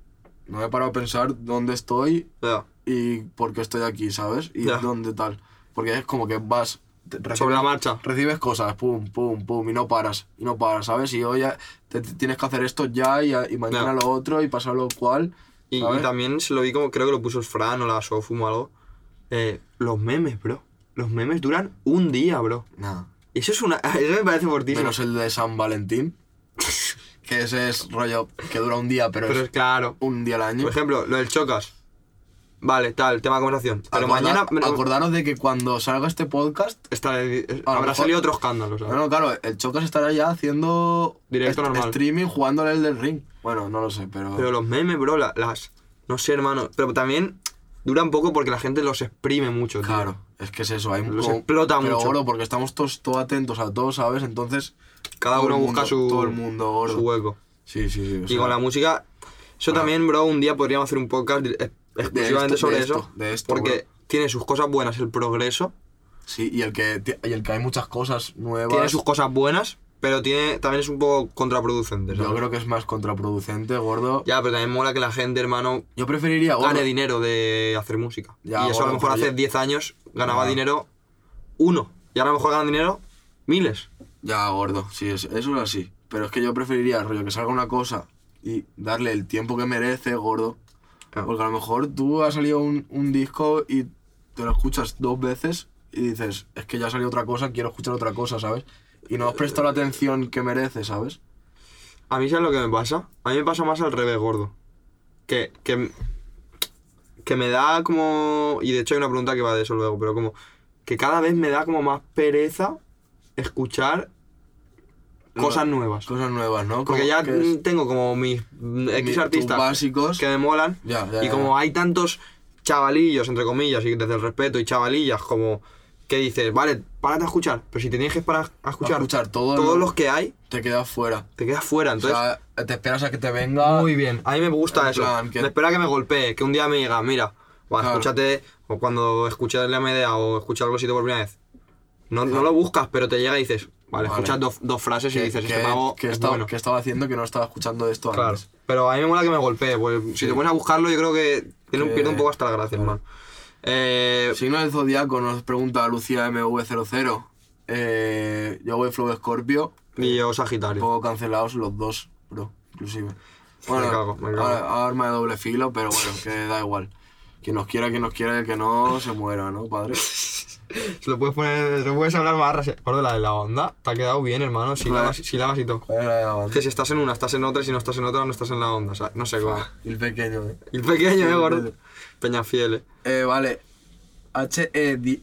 no me paro a pensar dónde estoy
ya.
y por qué estoy aquí, ¿sabes? Y
Ya.
dónde tal. Porque es como que vas... te- recibes-
Sobre la marcha.
Recibes cosas, pum, pum, pum, y no paras, y no paras, ¿sabes? Y hoy ya te- te tienes que hacer esto ya, y, y
Ya.
mañana lo otro, y pasar lo cual,
Y, y
¿sabes?
también se lo vi como, creo que lo puso el Fran o la Sofum o algo. Eh, los memes, bro. Los memes duran un día, bro.
Nada.
Eso es una. Eso me parece fortísimo.
Menos el de San Valentín, que ese es rollo que dura un día, pero,
Pero
es
es Pues claro.
un día al año.
Por ejemplo, lo del Chocas. Vale, tal, tema de conversación. Pero
Acorda-
mañana pero-
Acordaros de que cuando salga este podcast.
está- eh,
A lo
habrá
mejor-
salido otro escándalo, ¿sabes?
Bueno, claro, el Chocas estará ya haciendo.
Directo normal.
Streaming jugando al Elden Ring. Bueno, no lo sé, pero.
Pero los memes, bro, la- las. No sé, hermano. Pero también duran poco porque la gente los exprime mucho, tío.
Claro, es que es eso. Hay
Los
como-
explota
pero
mucho.
Pero porque estamos todos, todos atentos a todos, ¿sabes? Entonces.
Cada
todo
uno
el
busca
mundo-
su.
Todo el mundo, gordo.
Su hueco.
Sí, sí, sí. o
y
sea,
con la música. Eso también, bro, un día podríamos hacer un podcast di- ex- exclusivamente
esto-
sobre
de esto,
eso.
de esto,
porque tiene sus cosas buenas, el progreso.
Sí, y el, que, ti- y el que hay muchas cosas nuevas.
Tiene sus cosas buenas, pero tiene también es un poco contraproducente.
Yo
¿sabes?
creo que es más contraproducente, gordo.
Ya, pero también mola que la gente, hermano,
Yo preferiría, gordo.
gane dinero de hacer música.
Ah, Ya,
y eso a lo
bueno,
mejor
pero
hace
yo-
10 años ganaba
Ya.
dinero uno. Y ahora a lo mejor ganan dinero miles.
Ya, gordo, sí, es- eso es así. Pero es que yo preferiría, rollo, que salga una cosa y darle el tiempo que merece, gordo.
Ah.
Porque a lo mejor tú has salido un, un disco y te lo escuchas dos veces y dices, es que ya salió otra cosa, quiero escuchar otra cosa, ¿sabes? Y no has prestado la atención que merece, ¿sabes?
A mí, ¿sabes lo que me pasa? A mí me pasa más al revés, gordo. Que, que, que me da como. Y de hecho hay una pregunta que va de eso luego, pero como. Que cada vez me da como más pereza escuchar cosas
Lo-
nuevas.
Cosas nuevas, ¿no?
Porque
Como
ya
que es-
mm, tengo como mis mm,
mi-
X
tus
artistas
básicos.
que me molan.
Ya, ya,
y
ya.
como hay tantos chavalillos, entre comillas, y desde el respeto, y chavalillas como que dices, vale, párate a escuchar. Pero si te tienes que parar a escuchar,
escuchar todo
todos
lo-
los que hay,
Te quedas fuera.
te quedas fuera.
O
Entonces,
sea, te esperas a que te venga.
muy bien. A mí me gusta
en
eso.
plan, que-
Me espera que me golpee, que un día me diga, mira, va,
Claro.
escúchate, o cuando escuchas la MDA o escuchas algo así por primera vez. No, no lo buscas, pero te llega y dices, vale,
Vale.
escuchas dos, dos frases y dices, este mago
que
es
estaba,
bueno.
que estaba haciendo que no estaba escuchando esto
Claro.
antes.
Pero a mí me mola que me golpee, pues si te pones a buscarlo, yo creo que tiene un,
Que-
pierde un poco hasta la gracia, hermano. Eh,
Signo del Zodíaco nos pregunta Lucía MV00. Eh, yo voy Flow Scorpio.
Y yo Sagitario.
Un poco cancelados los dos, bro, inclusive. Bueno,
cago, me cago.
a- arma de doble filo, pero bueno, que da igual. Quien nos quiera, quien nos quiera, y el que no, se muera, ¿no, padre?
Se lo puedes poner, se lo puedes hablar más rase- Gordo, la de la onda, te ha quedado bien, hermano. Sílabas, sílabas y todo.
¿Cuál era la
Es
banda?
que si estás en una, estás en otra, y si no estás en otra, no estás en la onda. o sea, no sé cómo.
El pequeño, ¿eh?
Y el pequeño, eh, gordo.
sí.
Peña fiel, eh.
Eh, vale. E HE10,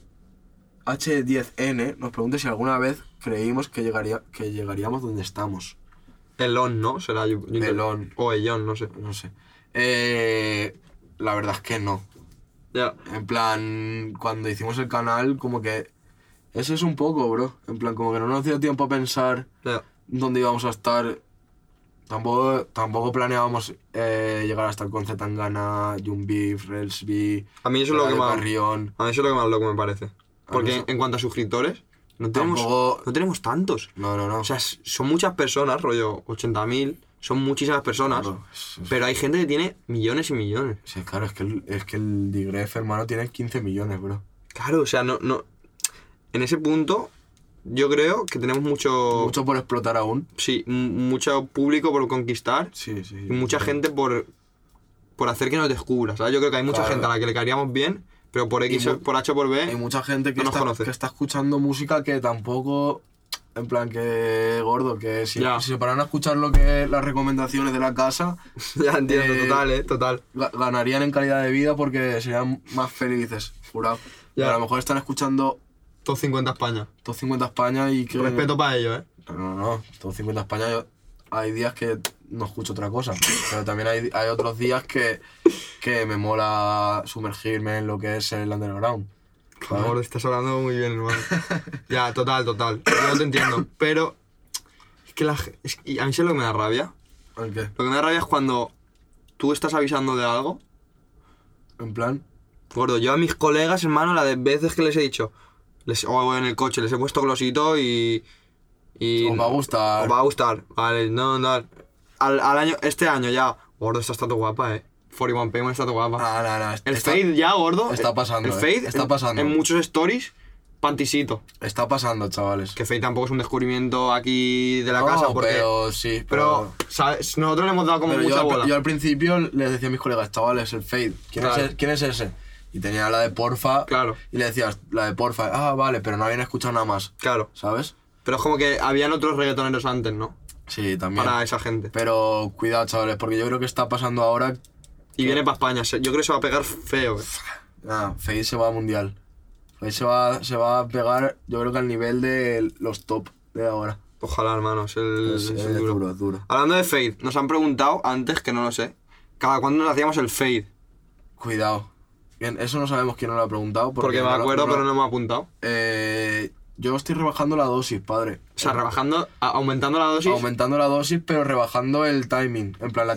H10N E nos pregunta si alguna vez creímos que, llegaría, que llegaríamos donde estamos.
Elon, ¿no? Será yo- yo-
Elon.
O Elon, no sé.
No sé. Eh, la verdad es que no.
Ya.
En plan, cuando hicimos el canal, como que. Eso es un poco, bro. En plan, como que no nos dio tiempo a pensar
ya.
dónde íbamos a estar. Tampoco, tampoco planeábamos eh, llegar a estar con Zetangana, Beef, Relsby.
A mí eso es lo que más.
Carrión.
A mí eso es lo que más loco me parece. Porque
eso-
en cuanto a suscriptores, no tenemos,
Tampoco-
no tenemos tantos.
No, no, no.
O sea, s- son muchas personas, rollo 80.000, son muchísimas personas,
Claro, es- es-
pero hay gente que tiene millones y millones.
Sí, claro, es que el, es que el Digref, hermano, tiene 15 millones, bro.
Claro, o sea, no, no. En ese punto, yo creo que tenemos mucho.
Mucho por explotar aún.
Sí, m- mucho público por conquistar
Sí, sí.
y mucha gente por, por hacer que nos descubra. ¿sabes? Yo creo que hay mucha
Claro.
gente a la que le caeríamos bien, pero por X,
Y
o-
mu-
por H o por
Hay
B.
mucha gente que,
No nos conoce.
está, que está escuchando música que tampoco. En plan, que gordo, que si,
Ya.
si se paran a escuchar lo que es las recomendaciones de la casa,
ya entiendo,
eh,
total, eh, total.
ga- ganarían en calidad de vida porque serían más felices, jurado.
Ya.
Pero a lo mejor están escuchando
Top 50 España.
Top 50 España y que.
Respeto para ellos, ¿eh?
No, no, no. Top 50 España yo- hay días que no escucho otra cosa. Pero también hay, hay otros días que, que me mola sumergirme en lo que es el underground.
Por favor, estás hablando muy bien, hermano. ya, total, total. Yo te entiendo. Pero es que la, ge- es- y a mí sé lo que me da rabia.
¿En qué?
Lo que me da rabia es cuando tú estás avisando de algo.
En plan.
Gordo, yo a mis colegas, hermano, la de veces que les he dicho, les, o en el coche, les he puesto glosito y. y
Os va a gustar.
Os va a gustar. Vale, no, no. Al, al año, este año ya. Gordo, esta estatua guapa, eh. 41 Payment está guapa.
Ah, no, no,
el
está-
fade ya, gordo.
está pasando,
El
eh,
fade
está
en-
pasando.
En, muchos stories, pantisito.
Está pasando, chavales.
Que Fade tampoco es un descubrimiento aquí de la
No,
casa, porque. Pero,
pero sí, pero.
¿sabes? nosotros le hemos dado como
pero
mucha
yo, al-
bola.
yo al principio les decía a mis colegas, chavales, el fade. ¿Quién,
Claro.
es, el- quién es ese? Y tenía la de porfa.
Claro.
Y le decías, la de porfa. Ah, vale, pero no habían escuchado nada más.
Claro.
¿Sabes?
Pero es como que habían otros reggaetoneros antes, ¿no?
Sí, también.
Para esa gente.
Pero cuidado, chavales, porque yo creo que está pasando ahora
Y viene para España. se- Yo creo que se va a pegar feo. eh.
Nada, Fade se va a mundial. Fade se va, se va a pegar, yo creo que al nivel de los top de ahora.
Ojalá, hermano. Es el,
Es,
es
es
el duro.
Pues, eh, duro, es duro.
Hablando de fade, nos han preguntado antes, que no lo sé, cada cuándo nos hacíamos el fade.
Cuidado. Bien, eso no sabemos quién nos lo ha preguntado.
Porque, me
no lo-
acuerdo,
no lo-
pero no hemos apuntado.
Eh, yo estoy rebajando la dosis, padre.
O sea, rebajando, a- aumentando la dosis.
Aumentando la dosis, pero rebajando el timing, en plan la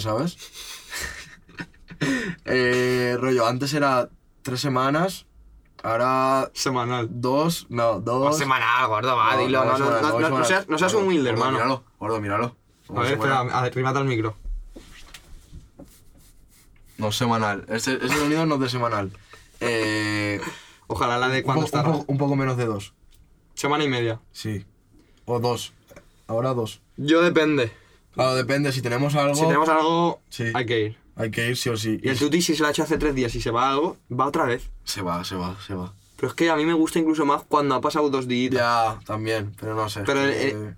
¿sabes? Eh, rollo, antes era tres semanas, ahora
semanal.
dos, no,
O
dos.
semanal, gordo, va, dilo. No, no, no, no, no seas, no seas
un
humilde, hermano.
Míralo, gordo, míralo.
A ver, espera, arrímate al micro.
No semanal. Este, este sonido no es de semanal. Eh,
Ojalá la de
un,
cuando
po-
está.
un po- un poco menos de dos.
Semana y media.
Sí. O dos. Ahora dos.
Yo depende.
Claro, depende. Si tenemos algo,
Si tenemos algo,
Sí.
hay que ir.
hay que ir sí o sí.
Y el
Y
Tuti, si se la ha hecho hace tres días y se va algo, va otra vez.
Se va, se va, se va.
Pero es que a mí me gusta incluso más cuando ha pasado dos días.
Ya, también, pero no sé.
Pero, eh,
Eh,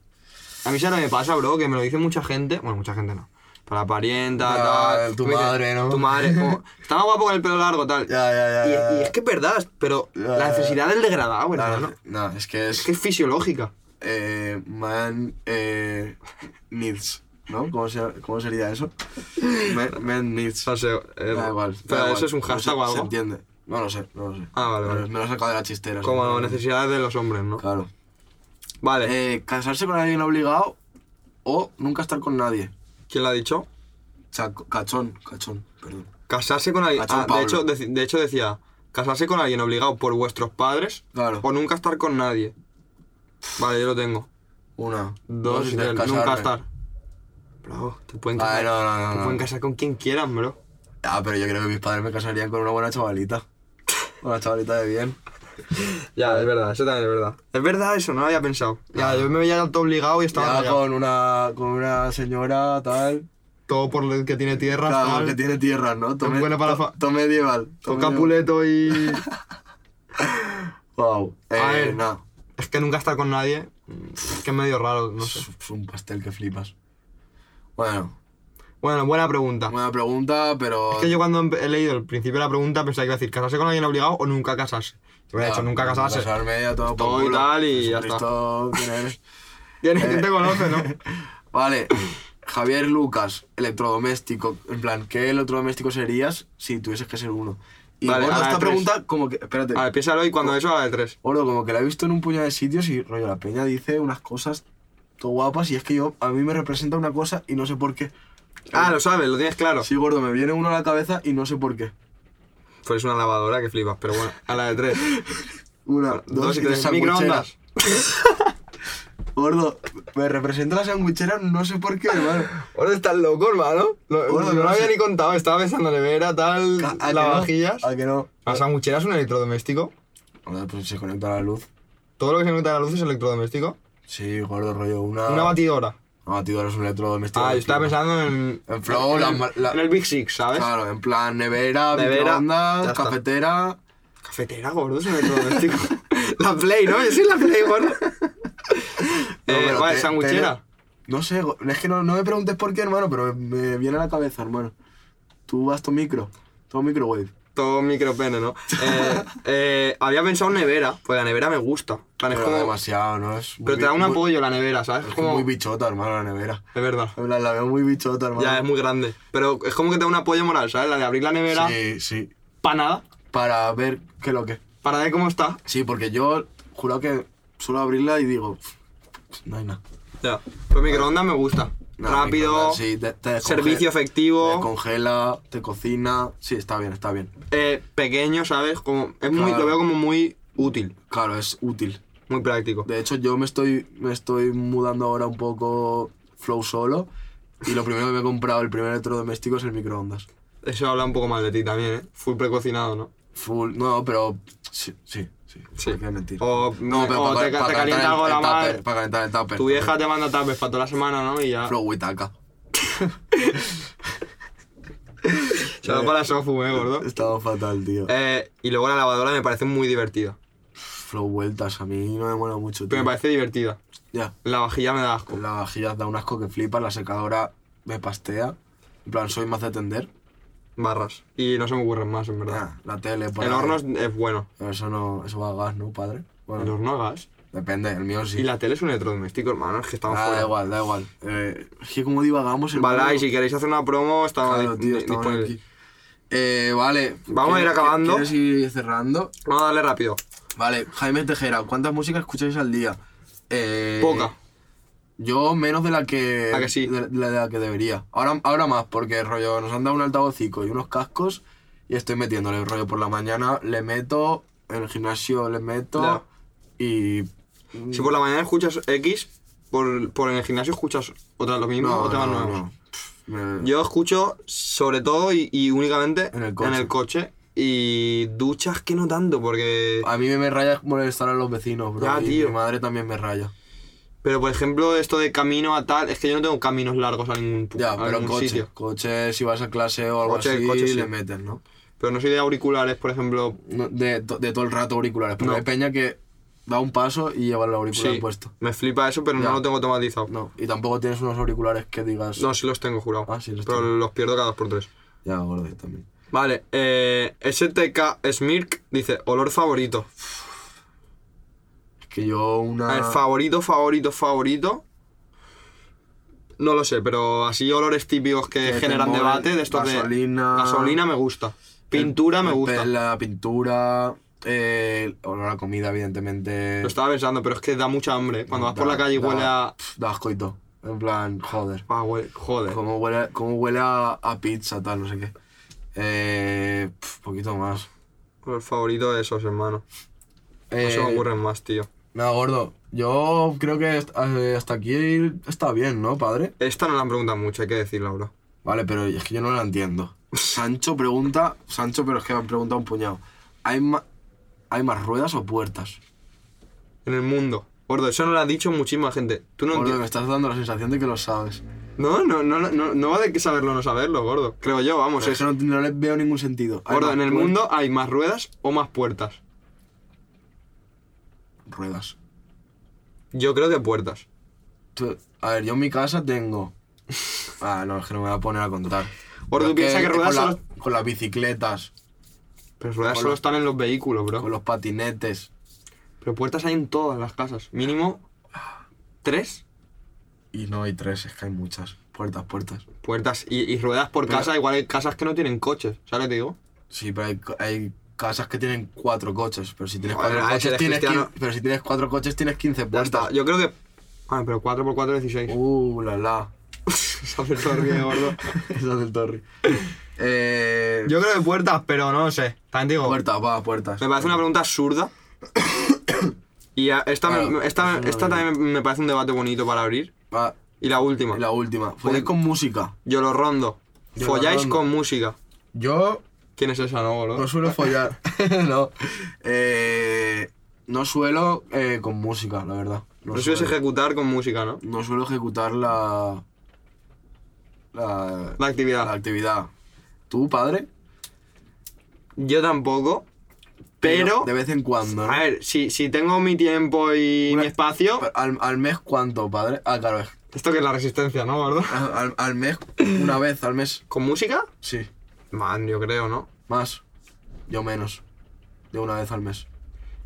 A mí ya no me pasa, bro, que me lo dice mucha gente. Bueno, mucha gente no. Para parienta,
Ya,
tal.
tu
me dice,
madre, ¿no?
Tu madre. Como, está más guapo con el pelo largo, tal.
Ya, ya, ya,
Y,
ya,
y
ya.
es que es verdad, pero
Ya,
la
ya,
necesidad del degradado,
claro,
hermano.
no, es que
Es que
es
es fisiológica.
eh, man eh, needs, ¿no? ¿Cómo, se- cómo sería eso? Man, man needs.
No sé, eh,
Da igual. da
Pero
igual.
eso es un
No
hashtag
sé,
o
Se
algo.
entiende. No lo sé, no lo sé.
Ah, vale,
Pero
vale.
Me lo he sacado de la chistera.
Como
sí.
necesidades de los hombres, ¿no?
Claro.
Vale.
Eh, casarse con alguien obligado o nunca estar con nadie.
¿Quién lo ha dicho?
O sea, c- cachón, cachón, perdón.
Casarse con alguien.
Ha hecho
ah,
un
de,
Pablo.
hecho, deci- de hecho, decía: casarse con alguien obligado por vuestros padres
Claro.
o nunca estar con nadie. Vale, yo lo tengo.
Una,
Dos,
y
y
tres,
tres,
casarme.
nunca estar. Bro, te pueden
Ay,
casar.
no, no, no,
te
no.
pueden casar con quien quieran, bro.
Ah, pero yo creo que mis padres me casarían con una buena chavalita. Una chavalita de bien.
Ya, es verdad, eso también es verdad. Es verdad eso, no lo había pensado. Ya, yo me veía todo obligado y estaba
Ah. Ya
rayado.
con una, con una señora, tal.
todo por el que tiene tierra,
Claro, que tiene tierras, ¿no? Tome,
buena para la fa-
to- medieval. to medieval.
capuleto y...
Wow. Eh,
A ver.
no.
es que nunca estar con nadie, es que es medio raro, no sé.
Es es un pastel que flipas. Bueno,
Bueno, buena pregunta.
buena pregunta, pero.
Es que yo cuando empe- he leído el principio de la pregunta pensaba que iba a decir casarse con alguien obligado o nunca casarse. Y me
Ya,
hubiera dicho nunca casarse.
Casarme ya todo, por
Todo y
culo.
tal, y ya está.
Jesucristo, ¿quién eres?
Ya ni te conoce, ¿no?
Vale, Javier Lucas, electrodoméstico. En plan, ¿qué electrodoméstico serías si tuvieses que ser uno? Y
Vale,
gordo,
a la de
esta
tres.
pregunta, como que. Espérate.
A ver, piénsalo y cuando eso a la de tres.
Oro, como que la he visto en un puñado de sitios y rollo, la peña dice unas cosas todo guapas y es que yo, a mí me representa una cosa y no sé por qué.
Ah, lo sabes, lo tienes claro.
Sí, gordo, me viene uno a la cabeza y no sé por qué.
Pues es una lavadora que flipas, pero bueno, a la de tres.
Una, dos, y tres, sanguicheras.
microondas.
Gordo, me representa la sandwichera, no sé por qué, hermano.
Ahora estás loco, hermano. Lo,
Gordo,
yo no
no
lo había
sé.
ni contado, estaba pensando nevera, tal,
¿A- a que no?
lavavajillas.
¿A que no?
La sanguchera es un electrodoméstico.
Gordo, pues se conecta la luz.
Todo lo que se conecta a la luz es electrodoméstico.
Sí, gordo, rollo, una...
Una batidora.
Una batidora es un electrodoméstico.
Ah, yo estaba
Claro.
pensando en.
En Flow,
en,
la-
el-
la-
en el Big Six, ¿sabes?
Claro, en plan nevera,
Nevera, ya
microondas,
está.
cafetera...
Cafetera, gordo, es un electrodoméstico. la Play, ¿no? Yo soy la Play, gordo.
No,
eh,
pero
vale,
te-
sanguchera.
te- no sé, go- es que no, no me preguntes por qué, hermano, pero me, me viene a la cabeza, hermano. Tú vas tu micro, tu microwave.
Todo micropene, ¿no? Eh, eh, había pensado en nevera, pues la nevera me gusta. Plan, es
Pero
como-
demasiado, ¿no? Es muy
pero te da
bi-
un
muy-
apoyo la nevera, ¿sabes?
Es
Es como.
muy bichota, hermano, la nevera.
Es verdad.
En plan, La, veo muy bichota, hermano.
Ya es muy grande. Pero es como que te da un apoyo moral, ¿sabes? La de abrir la nevera,
Sí, sí.
para nada,
Para ver qué es lo que.
para ver cómo está.
Sí, porque yo juro que suelo abrirla y digo, "Pff, no hay nada.
Ya. Pues microondas me gusta.
Nada,
Rápido,
microondas, sí, te- te descongela-
servicio efectivo.
Te congela, te cocina. Sí, está bien, está bien.
eh, pequeño, ¿sabes? Como, es muy,
Claro.
Lo veo como muy útil,
Claro, es útil.
muy práctico.
De hecho, yo me estoy, me estoy mudando ahora un poco flow solo. Y lo primero que me he comprado, el primer electrodoméstico, es el microondas.
Eso habla un poco mal de ti también, ¿eh? Full precocinado, ¿no?
Full. No, pero. Sí, sí, sí.
Sí.
¿por qué mentir.
O- o
para-
te-
para
te
calentar
calienta
el-
algo
el
la madre.
tupper, Para calentar el tupper.
Tu vieja te manda tapes para toda la semana, ¿no? Y ya.
Flow Witaka.
Se va para la sofu, ¿eh, gordo?
Estaba fatal, tío.
Eh, y luego la lavadora me parece muy divertida.
Flow Vueltas, a mí no me mola mucho, tío.
Pero me parece divertida.
Ya.
La vajilla me da asco.
La vajilla da un asco que flipa, la secadora me pastea. En plan, soy más de tender.
barras. Y no se me ocurren más, en verdad.
Ah, la tele, por
el
ahí.
horno es, es bueno.
Pero eso no, eso va a gas, ¿no, padre?
El
Bueno,
horno a gas.
depende, el mío sí.
Y la tele es un electrodoméstico, hermano. Es que estamos
Ah,
fuera.
da igual, da igual. Eh, es que como divagamos el
Vale, y
mundo-
si queréis hacer una promo, está
Claro,
di-
tío,
di-
estamos
disponible.
aquí. Eh, vale.
Vamos a ir
¿Quieres-
acabando.
¿Quieres ir cerrando?
Vamos a darle rápido.
Vale, Jaime Tejera, ¿cuántas músicas escucháis al día? Eh,
Poca.
Yo menos de la que,
¿A Ah, que sí?
de, de la que debería. Ahora, ahora más, porque rollo, nos han dado un altavocico y unos cascos y estoy metiéndole rollo por la mañana, le meto, en el gimnasio le meto
Ya.
y...
Si
mm.
por la mañana escuchas X, por, por en el gimnasio escuchas otra, lo mismo o temas nuevos.
Pff, me-
Yo escucho sobre todo y, y únicamente
En el coche.
coche. Y duchas que no tanto, porque...
A mí me raya molestar a los vecinos, bro.
Ya,
y
tío.
Mi madre también me raya.
Pero por ejemplo, esto de camino a tal, es que yo no tengo caminos largos a ningún, pu-
Ya,
a
pero
ningún
coche.
sitio.
Coche, si vas a clase o algo
Coche,
así,
coche, sí.
le metes, ¿no?
Pero no soy de auriculares, por ejemplo.
No, De, to- de todo el rato auriculares. Pero
No.
hay peña que da un paso y lleva el auricular
Sí,
puesto.
me flipa eso, pero
Ya.
no lo tengo automatizado. No,
No, y tampoco tienes unos auriculares que digas.
sí los tengo, jurado.
Ah, sí los
pero
tengo.
los pierdo cada dos por tres.
Ya, gordo, también.
Vale, eh, STK Smirk dice, olor favorito.
Es que yo
A
una.
ver, favorito, favorito, favorito. No lo sé, pero así olores típicos que,
Que te
generan
molen,
debate de estos de-
gasolina.
Gasolina me gusta. Pintura me
el-
gusta.
La pintura. eh, olor a comida, evidentemente.
Lo estaba pensando, pero es que da mucha hambre. ¿eh? Cuando vas por
Da-
la calle y
da-
huele a...
pf, Da asco y todo. En plan, joder.
Ah, hue- Joder.
Como huele, como huele a, a pizza, tal, no sé qué. Eh, pf, poquito más.
El favorito de esos, hermano. No se me
Eh,
ocurren más, tío.
Nada, gordo. Yo creo que est- eh, hasta aquí está bien, ¿no, padre?
Esta no la han preguntado mucho, hay que decirlo, bro.
Vale, pero es que yo no la entiendo. Sancho pregunta, Sancho, pero es que me han preguntado un puñado. ¿Hay, ma- ¿Hay más ruedas o puertas?
En el mundo. Gordo, eso no lo ha dicho muchísima gente. Tú no
Gordo,
entiendes.
me estás dando la sensación de que lo sabes.
No, no, no, no, no va de que saberlo o no saberlo, gordo. Creo yo, vamos.
Pero pues. es
Es,
que no, no le veo ningún sentido. ¿Hay
gordo,
más
en el
puer-
mundo hay más ruedas o más puertas.
Ruedas.
Yo creo que puertas.
Tú- a ver, yo en mi casa tengo... Ah, no, es que no me voy a poner a contar.
Gordo,
Pero
tú
es
piensa que
con
ruedas
la-
solo-
Con las bicicletas,
Pero ruedas
Con
solo
los-
están en los vehículos,
con
bro.
los patinetes.
Pero puertas hay en todas las casas. Mínimo tres
Y no hay tres, es que hay muchas. Puertas, puertas.
puertas y, y ruedas por
Pero-
casa. Igual hay casas que no tienen coches, ¿sabes lo que te digo?
Sí, pero hay, co- hay casas que tienen cuatro coches, pero si tienes
Joder,
cuatro
ah,
coches
eres
tienes
cristiano.
15 pero si tienes cuatro coches tienes 15
Ya
puertas.
está. Yo creo que. Ah, pero 4x4 es 16.
Uh, la la.
Se ha acertado el pie, gordo.
Esa del Torri. Eh,
Yo creo que puertas, pero no sé. También digo.
puertas, va, puertas.
Me parece una pregunta absurda. y a- esta, me-
Claro,
esta,
eso no
esta
lo digo.
también me parece un debate bonito para abrir.
Va,
Y la última.
la última. Folláis
Porque-
con música.
Yo lo rondo.
Yo lo
Folláis
rondo.
con música.
Yo
¿Quién es esa, no, boludo?
no suelo follar. no. Eh, no suelo eh, con música, la verdad. No,
Lo sueles ejecutar con música, ¿no?
no suelo ejecutar la. La,
La actividad.
la actividad. ¿Tú, padre?
Yo tampoco. Pero. Ah.
De vez en cuando, ¿no?
A ver, si, si tengo mi tiempo y
Una-
mi espacio.
Pero Al, al mes cuánto, padre? Ah, claro, es-
Esto que es la resistencia, ¿no, gordo?
al, al mes, una vez al mes,
¿Con música?
sí.
Man, yo creo, ¿no?
Más. Yo menos. De una vez al mes.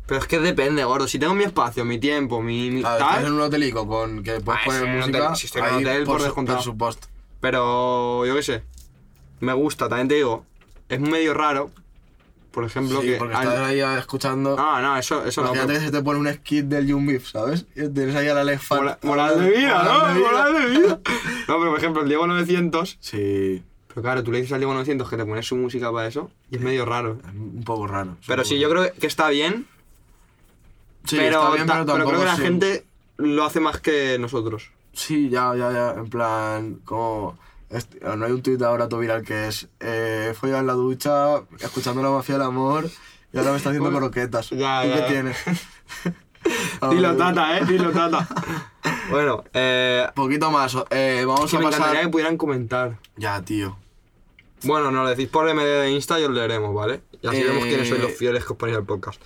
Pero es que depende, gordo. Si tengo mi espacio, mi tiempo, mi. mi
A ver,
tal,
estás en un hotelico con que puedes
Ah,
poner
sí, en un
música.
hotel- si estoy en un
ahí,
hotel, por
su-
descontado.
Por supuesto.
Pero yo qué sé. Me gusta, también te digo. Es medio raro. Por ejemplo,
Sí,
que.
porque
al-
estás ahí escuchando.
Ah, no, eso, eso no.
Imagínate
pero-
que se te pone un skit del Young Beef, ¿sabes? Y tienes ahí a la Lefant.
Moral, moral de vida, ¿no? Moral de vida. No, pero por ejemplo, el Diego 900.
Sí,
Pero claro, tú le dices al Diego 900 que te pones su música para eso. Y es medio raro.
es un poco raro.
Pero sí, yo creo que está bien.
Sí,
pero,
está bien,
ta-
pero
pero
tampoco
creo que la
sí.
gente lo hace más que nosotros.
Sí, ya, ya, ya. En plan, como. est- No hay un tuit ahora todo viral que es. Eh, follar en la ducha, escuchando la mafia del amor, y ahora me está haciendo croquetas.
Ya,
¿Y
ya,
qué
ya.
tiene? Ah,
Dilo tata, eh, dilo tata. bueno, eh,
Poquito más. eh,
es
vamos
que
a
me
pasar.
encantaría que pudieran comentar.
Ya, tío.
Bueno, nos lo decís por MD de Insta y os leeremos, ¿vale? Y así
Eh,
vemos quiénes sois los fieles que os ponéis al podcast.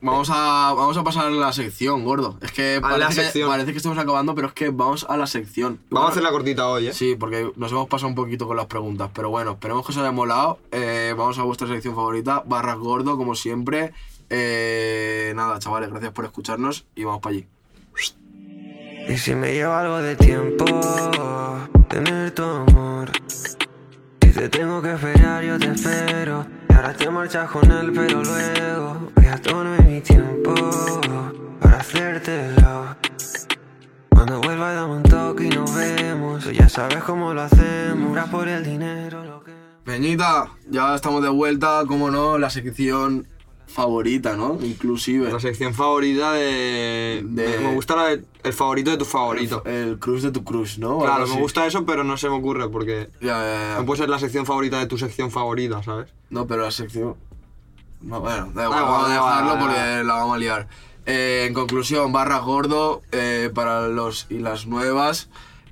Vamos a, vamos a pasar a la sección, gordo. Es que
la
parece,
sección.
Que, parece que estamos acabando, pero es que vamos a la sección.
Vamos a hacer la cortita hoy, ¿eh?
Sí, porque nos hemos pasado un poquito con las preguntas, pero bueno, esperemos que os haya molado. Eh, vamos a vuestra sección favorita, barras gordo, como siempre. Eh, nada, chavales, gracias por escucharnos y vamos para allí.
Y si me lleva algo de tiempo tener tu amor. Si te tengo que esperar, yo te espero. Y ahora te marchas con él, pero luego voy a tomarme mi tiempo para hacértelo. Cuando vuelva, dame un toque y nos vemos. Ya sabes cómo lo hacemos. Ahora por el dinero, lo que.
Peñita, ya estamos de vuelta, como no, la sección favorita, ¿no? Inclusive.
La sección favorita de...
De-
Me gusta la de- el favorito de tu favorito.
El crush de tu crush, ¿no? O
Claro,
algo
me
así.
gusta eso, pero no se me ocurre porque...
Ya, ya, ya.
No puede ser la sección favorita de tu sección favorita, ¿sabes?
No, pero la sección. No, bueno, da igual,
igual,
vamos a
da igual,
dejarlo
da
porque la vamos a liar. Eh, en conclusión, barra gordo eh, para los y las nuevas.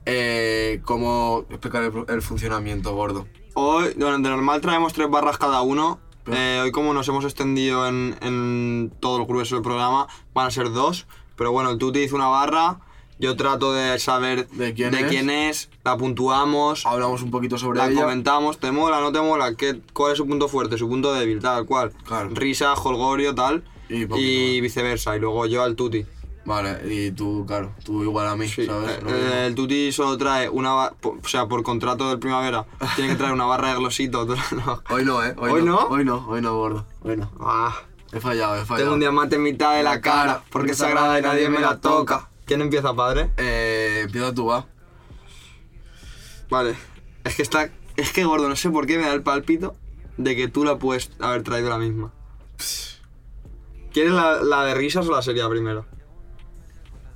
Eh, ¿Cómo explicar el, el funcionamiento gordo?
Hoy, bueno, de normal traemos tres barras cada uno.
Pero-
Eh, hoy como nos hemos extendido en, en todo el grueso del programa, van a ser dos. Pero bueno, el Tuti hizo una barra, yo trato de saber
¿De quién es? Ah,
es, la puntuamos,
Hablamos un poquito sobre
la
ella.
comentamos, te mola, no te mola, ¿Qué, cuál es su punto fuerte, su punto débil, tal cual.
Claro.
Risa, holgorio, tal.
Y poquito
y
más.
viceversa, y luego yo al Tuti.
Vale, y tú, claro, tú igual a mí,
Sí,
¿sabes?
eh,
No,
eh, el Tuti solo trae una barra, o sea, por contrato del primavera, tiene que traer una barra de glosito. todo- no.
Hoy no, ¿eh?
¿Hoy no?
Hoy no, hoy no, gordo. Hoy no.
Ah.
He fallado, he fallado.
Tengo un diamante en mitad de la cara, porque se agrada y nadie me la toca. ¿Quién empieza, padre?
Eh, empieza tú, va.
Vale. Es que está. Es que gordo, no sé por qué me da el palpito de que tú la puedes haber traído la misma. ¿Quieres la, la de risas o la sería primero?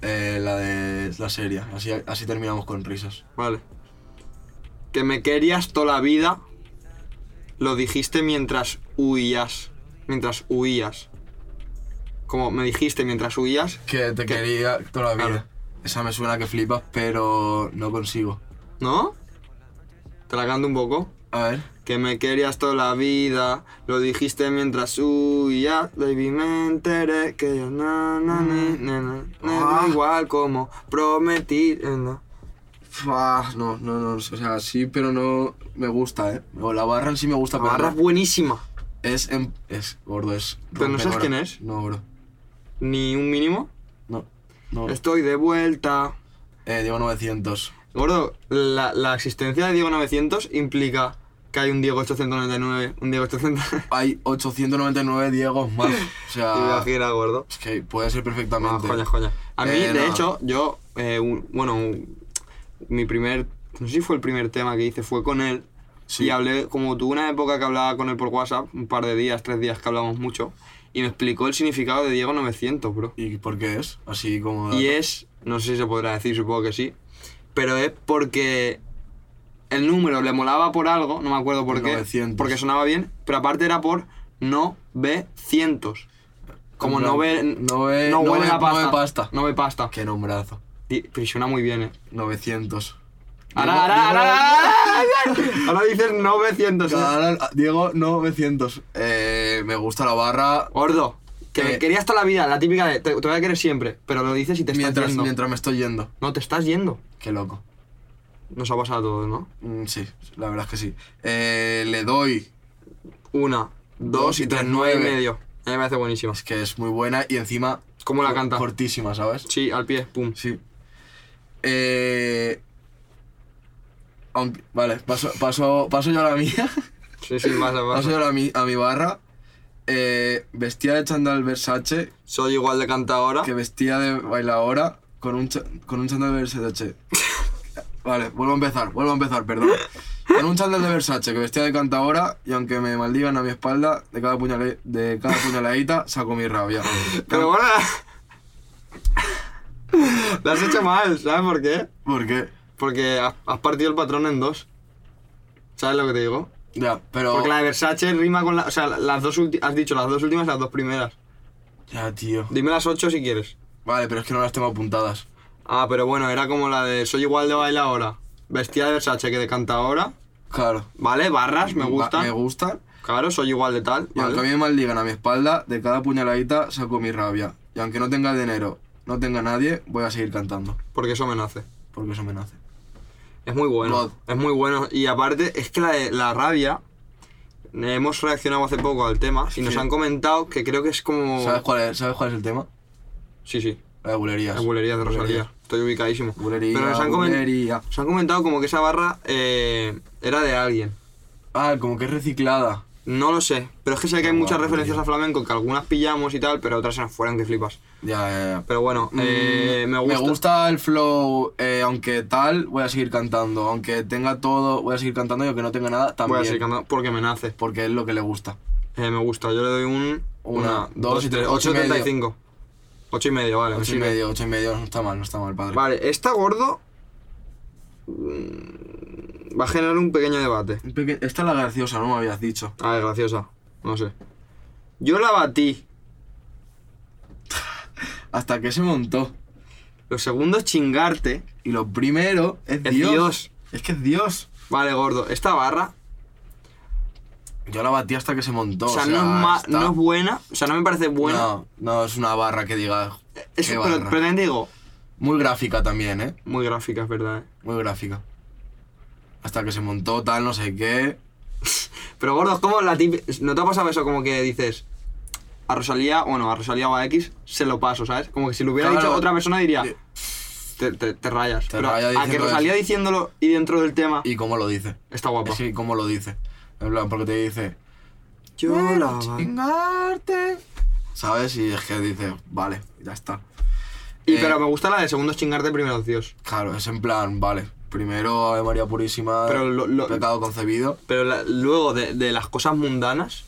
Eh, la de la serie. Así, así terminamos con risas.
Vale. Que me querías toda la vida. Lo dijiste mientras huías. Mientras huías. Como me dijiste mientras huías.
Que te quería toda la vida.
Claro.
Esa me suena que flipas, pero no consigo.
¿No? Te la canto un poco.
A ver.
Que me querías toda la vida, lo dijiste mientras huía, baby me enteré que yo na na ni, ne, na, ne,
Mm. Ah.
no igual como prometí. eh, no.
Fua, no, no, no. O sea, sí, pero no me gusta, ¿eh? O la barra en sí me gusta,
La
pero
barra es
no.
buenísima.
es, en- es gordo, es.
Pero no sabes
rompecora.
quién es.
No, bro.
Ni un mínimo.
No. no bro.
Estoy de vuelta.
Eh, Diego 900.
Gordo, la, la existencia de Diego 900 implica que hay un Diego 899, un Diego 800.
Hay 899 Diegos más. O
Te
sea.
Imagina, gordo.
Es que puede ser
Ah,
perfectamente.
joya, joya. A mí,
Eh,
de
no.
hecho, yo, eh, un- bueno, un- mi primer, no sé si fue el primer tema que hice, fue con él.
Sí.
Y hablé, como tuve una época que hablaba con él por WhatsApp, un par de días, tres días que hablamos mucho, y me explicó el significado de Diego 900, bro.
¿Y por qué es? Así como.
Y es, no sé si se podrá decir, supongo que sí, pero es porque el número le molaba por algo, no me acuerdo por qué,
900.
porque sonaba bien, pero aparte era por no ve cientos. Como
En
no ve,
plan, no ve-
no
no
huele
ve-
la
no ve
pasta.
pasta.
No ve pasta.
Qué nombrazo.
Y- Pero suena muy bien, eh.
900.
Ahora, ahora, ahora, ahora, ahora dices 900. ¿eh?
Ahora, Diego 900. Eh, me gusta la barra.
Gordo, que me
Eh.
querías toda la vida, la típica de te, te voy a querer siempre, pero lo dices y te estás
Mientras,
yendo.
mientras me estoy yendo.
No, te estás yendo.
Qué loco.
Nos ha pasado a todos, ¿no?
Mm, sí, la verdad es que sí. Eh, le doy.
Una, dos y tres, nueve y medio. A mí me parece buenísima.
Es que es muy buena y encima.
¿Cómo la
cor-
canta?
Cortísima, ¿sabes?
Sí, al pie, pum.
Sí. Eh, aunque- vale, paso, paso, paso yo a la mía.
Sí, sí, más, más.
Paso yo a, la mi, a mi barra. Eh, vestía de chandal Versace
Soy igual de canta ahora.
que vestía de bailadora con un, cha- con un chándal de Versace. Vale, vuelvo a empezar, vuelvo a empezar, perdón. Con un chándal de Versace que vestía de cantadora y aunque me maldigan a mi espalda, de cada, puñale- de cada puñaladita saco mi rabia.
Pero bueno, la... la has hecho mal, ¿sabes por qué?
¿Por qué?
Porque has, has partido el patrón en dos. ¿Sabes lo que te digo?
Ya, pero...
Porque la de Versace rima con la. O sea, las dos ulti- has dicho las dos últimas y las dos primeras.
Ya, tío.
Dime las ocho si quieres.
Vale, pero es que no las tengo apuntadas.
Ah, pero bueno, era como la de Soy igual de baila ahora. Vestida de Versace que de canta ahora.
Claro.
Vale, barras, me
Va-
gustan.
Me gustan.
Claro, soy igual de tal.
Y aunque a mí
¿vale?
me maldigan a mi espalda, de cada puñaladita saco mi rabia. Y aunque no tenga dinero, no tenga nadie, voy a seguir cantando.
Porque eso me nace.
Porque eso me nace.
Es muy bueno.
God.
Es muy bueno. Y aparte, es que la, la rabia. Hemos reaccionado hace poco al tema y nos
Sí.
han comentado que creo que es como.
¿Sabes cuál es, ¿sabes cuál es el tema?
Sí, sí.
La de bulerías.
Las bulerías de Rosalía. Estoy ubicadísimo.
Bulería,
Pero nos han, comen-
bulería.
nos han comentado como que esa barra eh, era de alguien.
Ah, como que es reciclada.
No lo sé. Pero es que sé que hay
Buah,
muchas referencias
bulería.
a flamenco, que algunas pillamos y tal, pero otras se nos fueron que flipas.
Ya, ya, ya.
Pero bueno,
Mm,
eh, me gusta.
Me gusta el flow, eh, aunque tal, voy a seguir cantando. Aunque tenga todo, voy a seguir cantando y aunque no tenga nada, también.
Voy a seguir cantando porque me nace.
Porque es lo que le gusta.
Eh, me gusta. Yo le doy un.
Una, dos y tres, ocho y
8.75. 8 y medio, vale.
Ocho
ocho
y medio, ocho y medio, no está mal, no está mal, padre.
Vale, está gordo. mm, Va a generar un pequeño debate.
Un peque- Esta es la graciosa, no me habías dicho.
A ver, graciosa. No sé. Yo la batí.
Hasta que se montó.
Lo segundo es chingarte.
Y lo primero es,
Es
Dios.
Dios.
Es que es Dios.
Vale, gordo. Esta barra,
Yo la batí hasta que se montó.
o sea, no, es ma-
está-
no es buena. O sea, no me parece buena.
No, no es una barra que diga.
es,
qué
pero,
barra.
pero también te digo,
Muy gráfica también, ¿eh?
muy gráfica, es verdad. ¿eh?
Muy gráfica. Hasta que se montó tal, no sé qué.
Pero gordo, es como la típica. ¿No te ha pasado eso? Como que dices. A Rosalía, bueno, a Rosalía o a X, se lo paso, ¿sabes? Como que si lo hubiera
Claro.
dicho otra persona diría.
Sí.
Te, te- te rayas.
Te
pero
raya
a que
diciendo
Rosalía
eso.
diciéndolo y dentro del tema.
Y cómo lo dice.
Está guapa.
Es que cómo lo dice. En plan, porque te dice.
Yo la
"Quiero
ba-
chingarte. ¿Sabes? Y es que dice, vale, ya está.
Y
Eh,
pero me gusta la de segundos chingarte primero Dios.
Claro, es en plan, vale. Primero Ave María Purísima,
Pero lo- lo-
pecado concebido,
Pero la- luego de, de las cosas mundanas,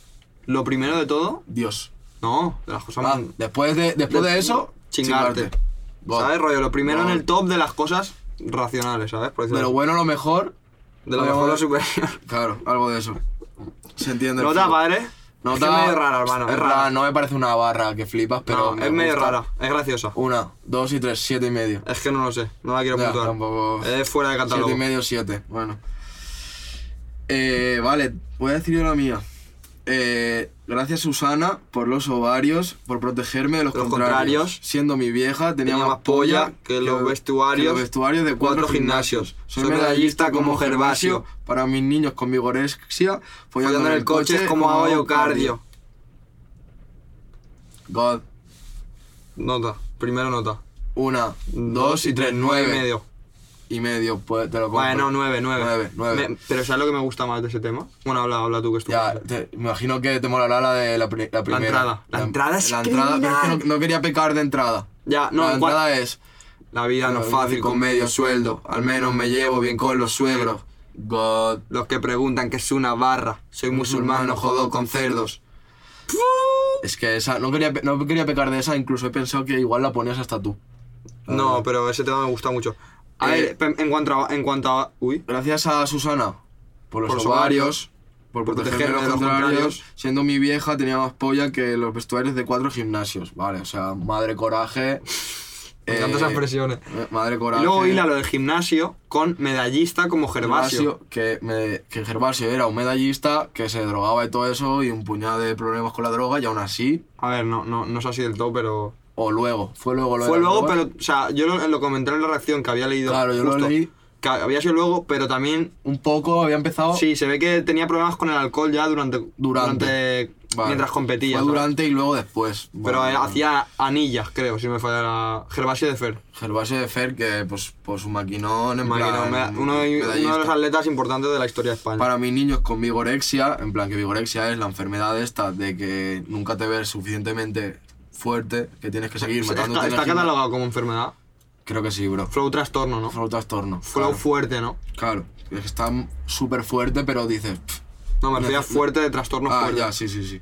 lo primero de todo.
Dios.
No, de las cosas
Ah,
mundanas.
después de, después de eso,
Chingarte.
chingarte. God.
¿Sabes, rollo? Lo primero
God.
en el top de las cosas racionales, ¿sabes? Por
De
decirlo
lo
así.
bueno, lo mejor.
de lo mejor lo superior.
Claro, algo de eso. Se entiende. el
Nota,
flow.
padre.
Nota.
Es que es medio rara, hermano.
Es
Es
rara,
rara.
no me parece una barra que flipas, pero.
No,
me
es medio
gusta.
rara. Es graciosa.
Una, dos y tres, siete y medio.
Es que no lo sé. No la quiero
Ya,
puntuar.
tampoco-
Es fuera de catálogo.
Siete y medio, siete. Bueno. Eh, vale, voy a decir yo la mía. Eh, gracias Susana por los ovarios, por protegerme de los,
Los
contrarios.
contrarios.
Siendo mi vieja, tenía,
Tenía
más polla
que los vestuarios
que los vestuarios de cuatro, gimnasios. Soy medallista como Gervasio. Para mis niños con vigorexia, follando en el coche
es como hago yo cardio.
God.
Nota. Primero nota.
Una, Mm, dos y tres, nueve.
nueve y medio.
Y medio, pues te lo compro.
Bueno, nueve, nueve.
Nueve, nueve.
Me- pero ¿sabes lo que me gusta más de ese tema? Bueno, habla, habla tú que es tu
Ya,
parte.
te- me imagino que te molará la de la, pri- la primera.
entrada. La entrada es
La entrada, pero es que no,
criminal.
no quería pecar de entrada.
Ya, no,
La
en cual-
entrada es.
La vida no es fácil con medio sueldo. Al menos me llevo bien con los suegros.
God.
Los que preguntan que es una barra. Soy musulmán, no jodo con cerdos.
Es que esa, no quería, pe- no quería pecar de esa, incluso he pensado que igual la ponías hasta tú.
No, pero ese tema me gusta mucho. A ver,
Eh,
pe- en cuanto a, en cuanto a- Uy.
Gracias a Susana por los
Por los
ovarios, por
por
protegerme de los contrarios. Siendo mi vieja tenía más polla que los vestuarios de cuatro gimnasios. Vale, o sea, madre coraje.
Me encantan esas expresiones.
eh, Madre
Y
coraje.
luego hila lo del gimnasio con medallista como Gervasio.
que, me- que Gervasio era un medallista que se drogaba y todo eso y un puñado de problemas con la droga y aún así,
A ver, no, no, no es así del todo, pero.
o luego, fue luego lo de
Fue
las
luego,
drogas.
pero. O sea, yo lo, lo comenté en la reacción que había leído.
Claro, yo lo leí.
Que había sido luego, pero también.
Un poco había empezado
Sí, se ve que tenía problemas con el alcohol ya durante.
Durante. Vale.
mientras competía.
Fue
¿sabes?
durante y luego después.
Pero
Bueno,
eh, hacía anillas, creo, si no me fallara. Gervasio de Fer.
Gervasio de Fer, que pues, pues un maquinón, en
Imagino,
plan,
me- uno, de- uno
medallista.
de los atletas importantes de la historia de España.
Para mis niños con vigorexia, en plan que vigorexia es la enfermedad esta de que nunca te ves suficientemente fuerte, que tienes que seguir
está
matándote. en el
está
gimnasio.
catalogado como enfermedad.
Creo que sí, bro.
Flow trastorno, ¿no? Flow
Flow trastorno. claro.
fuerte, ¿no?
Claro, es que está súper fuerte, pero dices. "Pff".
No, me refería fuerte de trastorno
Ah,
fuerte.
ya, sí, sí, sí.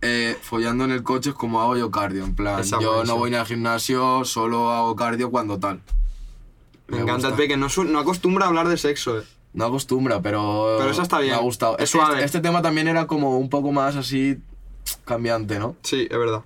Eh, follando en el coche es como hago yo cardio, en plan.
Esa
yo
buena,
no
esa.
voy ni al gimnasio, solo hago cardio cuando tal.
Me,
Me
encanta el
gusta.
peque, no, su- no acostumbra a hablar de sexo, eh.
No acostumbra, pero.
Pero esa está bien,
Me ha gustado.
es
Este-
suave.
Este, tema también era como un poco más así cambiante, ¿no?
Sí, es verdad.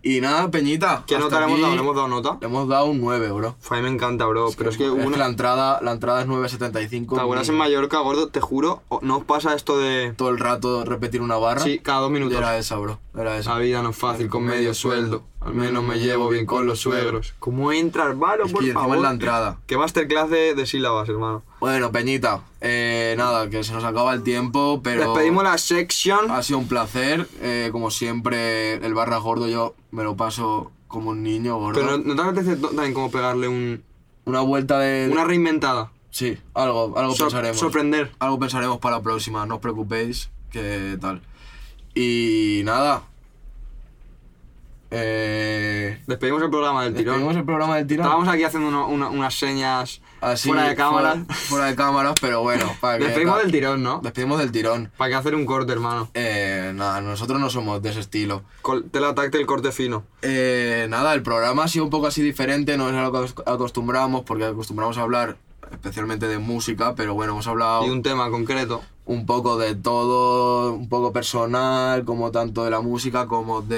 Y nada, Peñita.
¿Qué
hasta
nota le hemos
aquí
dado? ¿Le hemos dado nota?
le hemos dado un 9, bro.
Fue, a mí me encanta, bro. pero es que
Es
una.
la entrada, la entrada es 9.75.
¿Te acuerdas
ni-
en Mallorca, gordo? Te juro, o- no os pasa esto de.
Todo el rato repetir una barra.
Sí, cada dos minutos.
¿Ah? Era esa, bro. Era esa.
La vida no es fácil con medio sueldo. Al menos me llevo bien con los suegros. ¿Cómo entras, Varo,
Es
Ah,
que
por
encima
favor?
es la entrada.
Qué masterclass de, de sílabas, hermano.
Bueno, Peñita, eh, nada, que se nos acaba el tiempo, pero. Ah,
Despedimos la section.
Ha sido un placer. eh, como siempre, el barra gordo yo me lo paso como un niño gordo.
Pero no, ¿no te apetece to- también como pegarle un,
Una vuelta de.
una reinventada.
Sí, algo, algo
Sor-
pensaremos.
sorprender.
Algo pensaremos para la próxima, no os preocupéis, que tal. Y nada. Eh.
Despedimos el programa del tirón.
Despedimos el programa del tirón.
Estábamos aquí haciendo uno- una- unas señas
Así,
fuera de cámara.
Fuera, fuera de cámaras, pero bueno. Para que
Despedimos
tal.
del tirón, ¿no?
Despedimos del tirón.
Para que hacer un corte, hermano.
Eh, nada, nosotros no somos de ese estilo.
Col- Tela táctil, corte fino.
Eh, nada, el programa ha sido un poco así diferente, no es a lo que acos- acostumbramos, porque acostumbramos a hablar especialmente de música, pero bueno, hemos hablado
Y
un...
un tema concreto.
poco de todo, un poco personal, como tanto de la música como del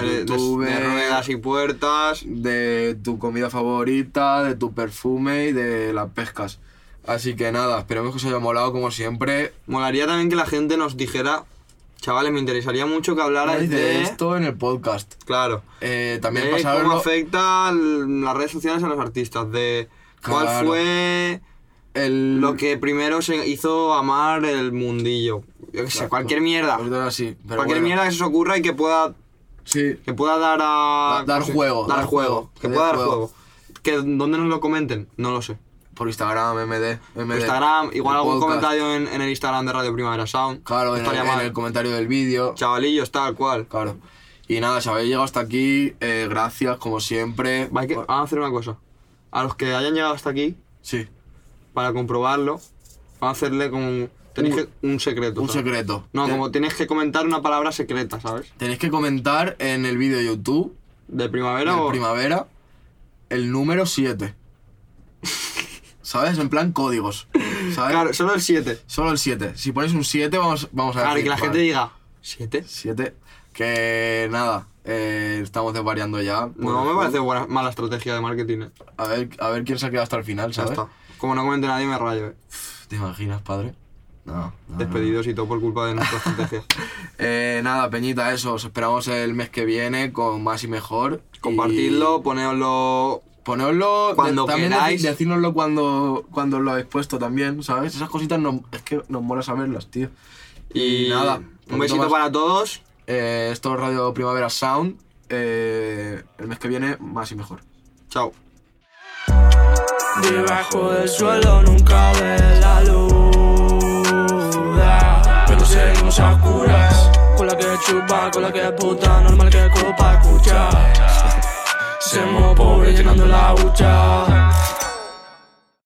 Eh, De, de
YouTube,
ruedas y puertas.
de tu comida favorita, de tu perfume y de las pescas. Así que nada, esperemos que os haya molado como siempre.
Molaría también que la gente nos dijera, chavales, me interesaría mucho que
Habláis
hablarais de,
de esto en el podcast.
Claro.
Eh, también
de
pasaroslo-
cómo afecta l- las redes sociales a los artistas, de cuál
Claro.
fue
el...
lo que primero se hizo amar el mundillo. Yo qué sé,
Exacto.
cualquier mierda.
Pues ahora sí, pero
cualquier
bueno.
mierda que se os ocurra y que pueda,
Sí,
que pueda dar a...
Da- dar
no sé,
juego,
Dar,
dar
juego.
juego,
Que
que
pueda
dé
dar
juego.
juego. Que donde nos lo comenten, no lo sé.
por Instagram, MD. MD.
Instagram, igual
El
algún
podcast.
comentario en, en el Instagram de Radio Primavera Sound.
Claro,
No
en el,
estaría
en
mal.
el comentario del vídeo.
Chavalillos, tal cual.
Claro. Y nada, si habéis llegado hasta aquí, eh, gracias, como siempre.
Va, hay que- Vamos a hacer una cosa. A los que hayan llegado hasta aquí,
Sí,
para comprobarlo, vamos a hacerle como un, tenéis que- un secreto.
un
¿sabes?
secreto.
No,
Te-
como tenéis que comentar una palabra secreta, ¿sabes?
Tenéis que comentar en el vídeo de YouTube,
De
en
primavera o...
primavera, el número 7. ¿Sabes? En plan códigos. ¿Sabes?
Claro, solo el 7.
Solo el 7. Si ponéis un 7, vamos, vamos a
Claro, y
decir,
que la
vale.
gente diga... ¿7?
7. Que nada, eh, estamos desvariando ya.
No me parece buena, mala estrategia de marketing. eh.
A ver, a ver quién se ha quedado hasta el final,
Ya
¿sabes?
está. Como no comente nadie, me rayo. eh.
¿Te imaginas, padre? No. no,
Despedidos y todo por culpa de nuestra estrategia.
no. Eh, nada, Peñita, eso. Os esperamos el mes que viene con más y mejor.
Compartidlo, poneoslo...
Y Ponerlo
Cuando
también
queráis.
deci- decírnoslo cuando, cuando lo habéis puesto también, ¿sabes? Esas cositas nos- es que nos mola saberlas, tío.
Y, nada, un
poquito
besito
más.
para todos.
Eh, esto es Radio Primavera Sound. Eh, el mes que viene, más y mejor.
Chao.
Debajo del suelo nunca ve la luz. da. Pero seguimos a curas. Con la que chupa, con la que puta, normal que copa escucha. Semos pobres llenando la hucha.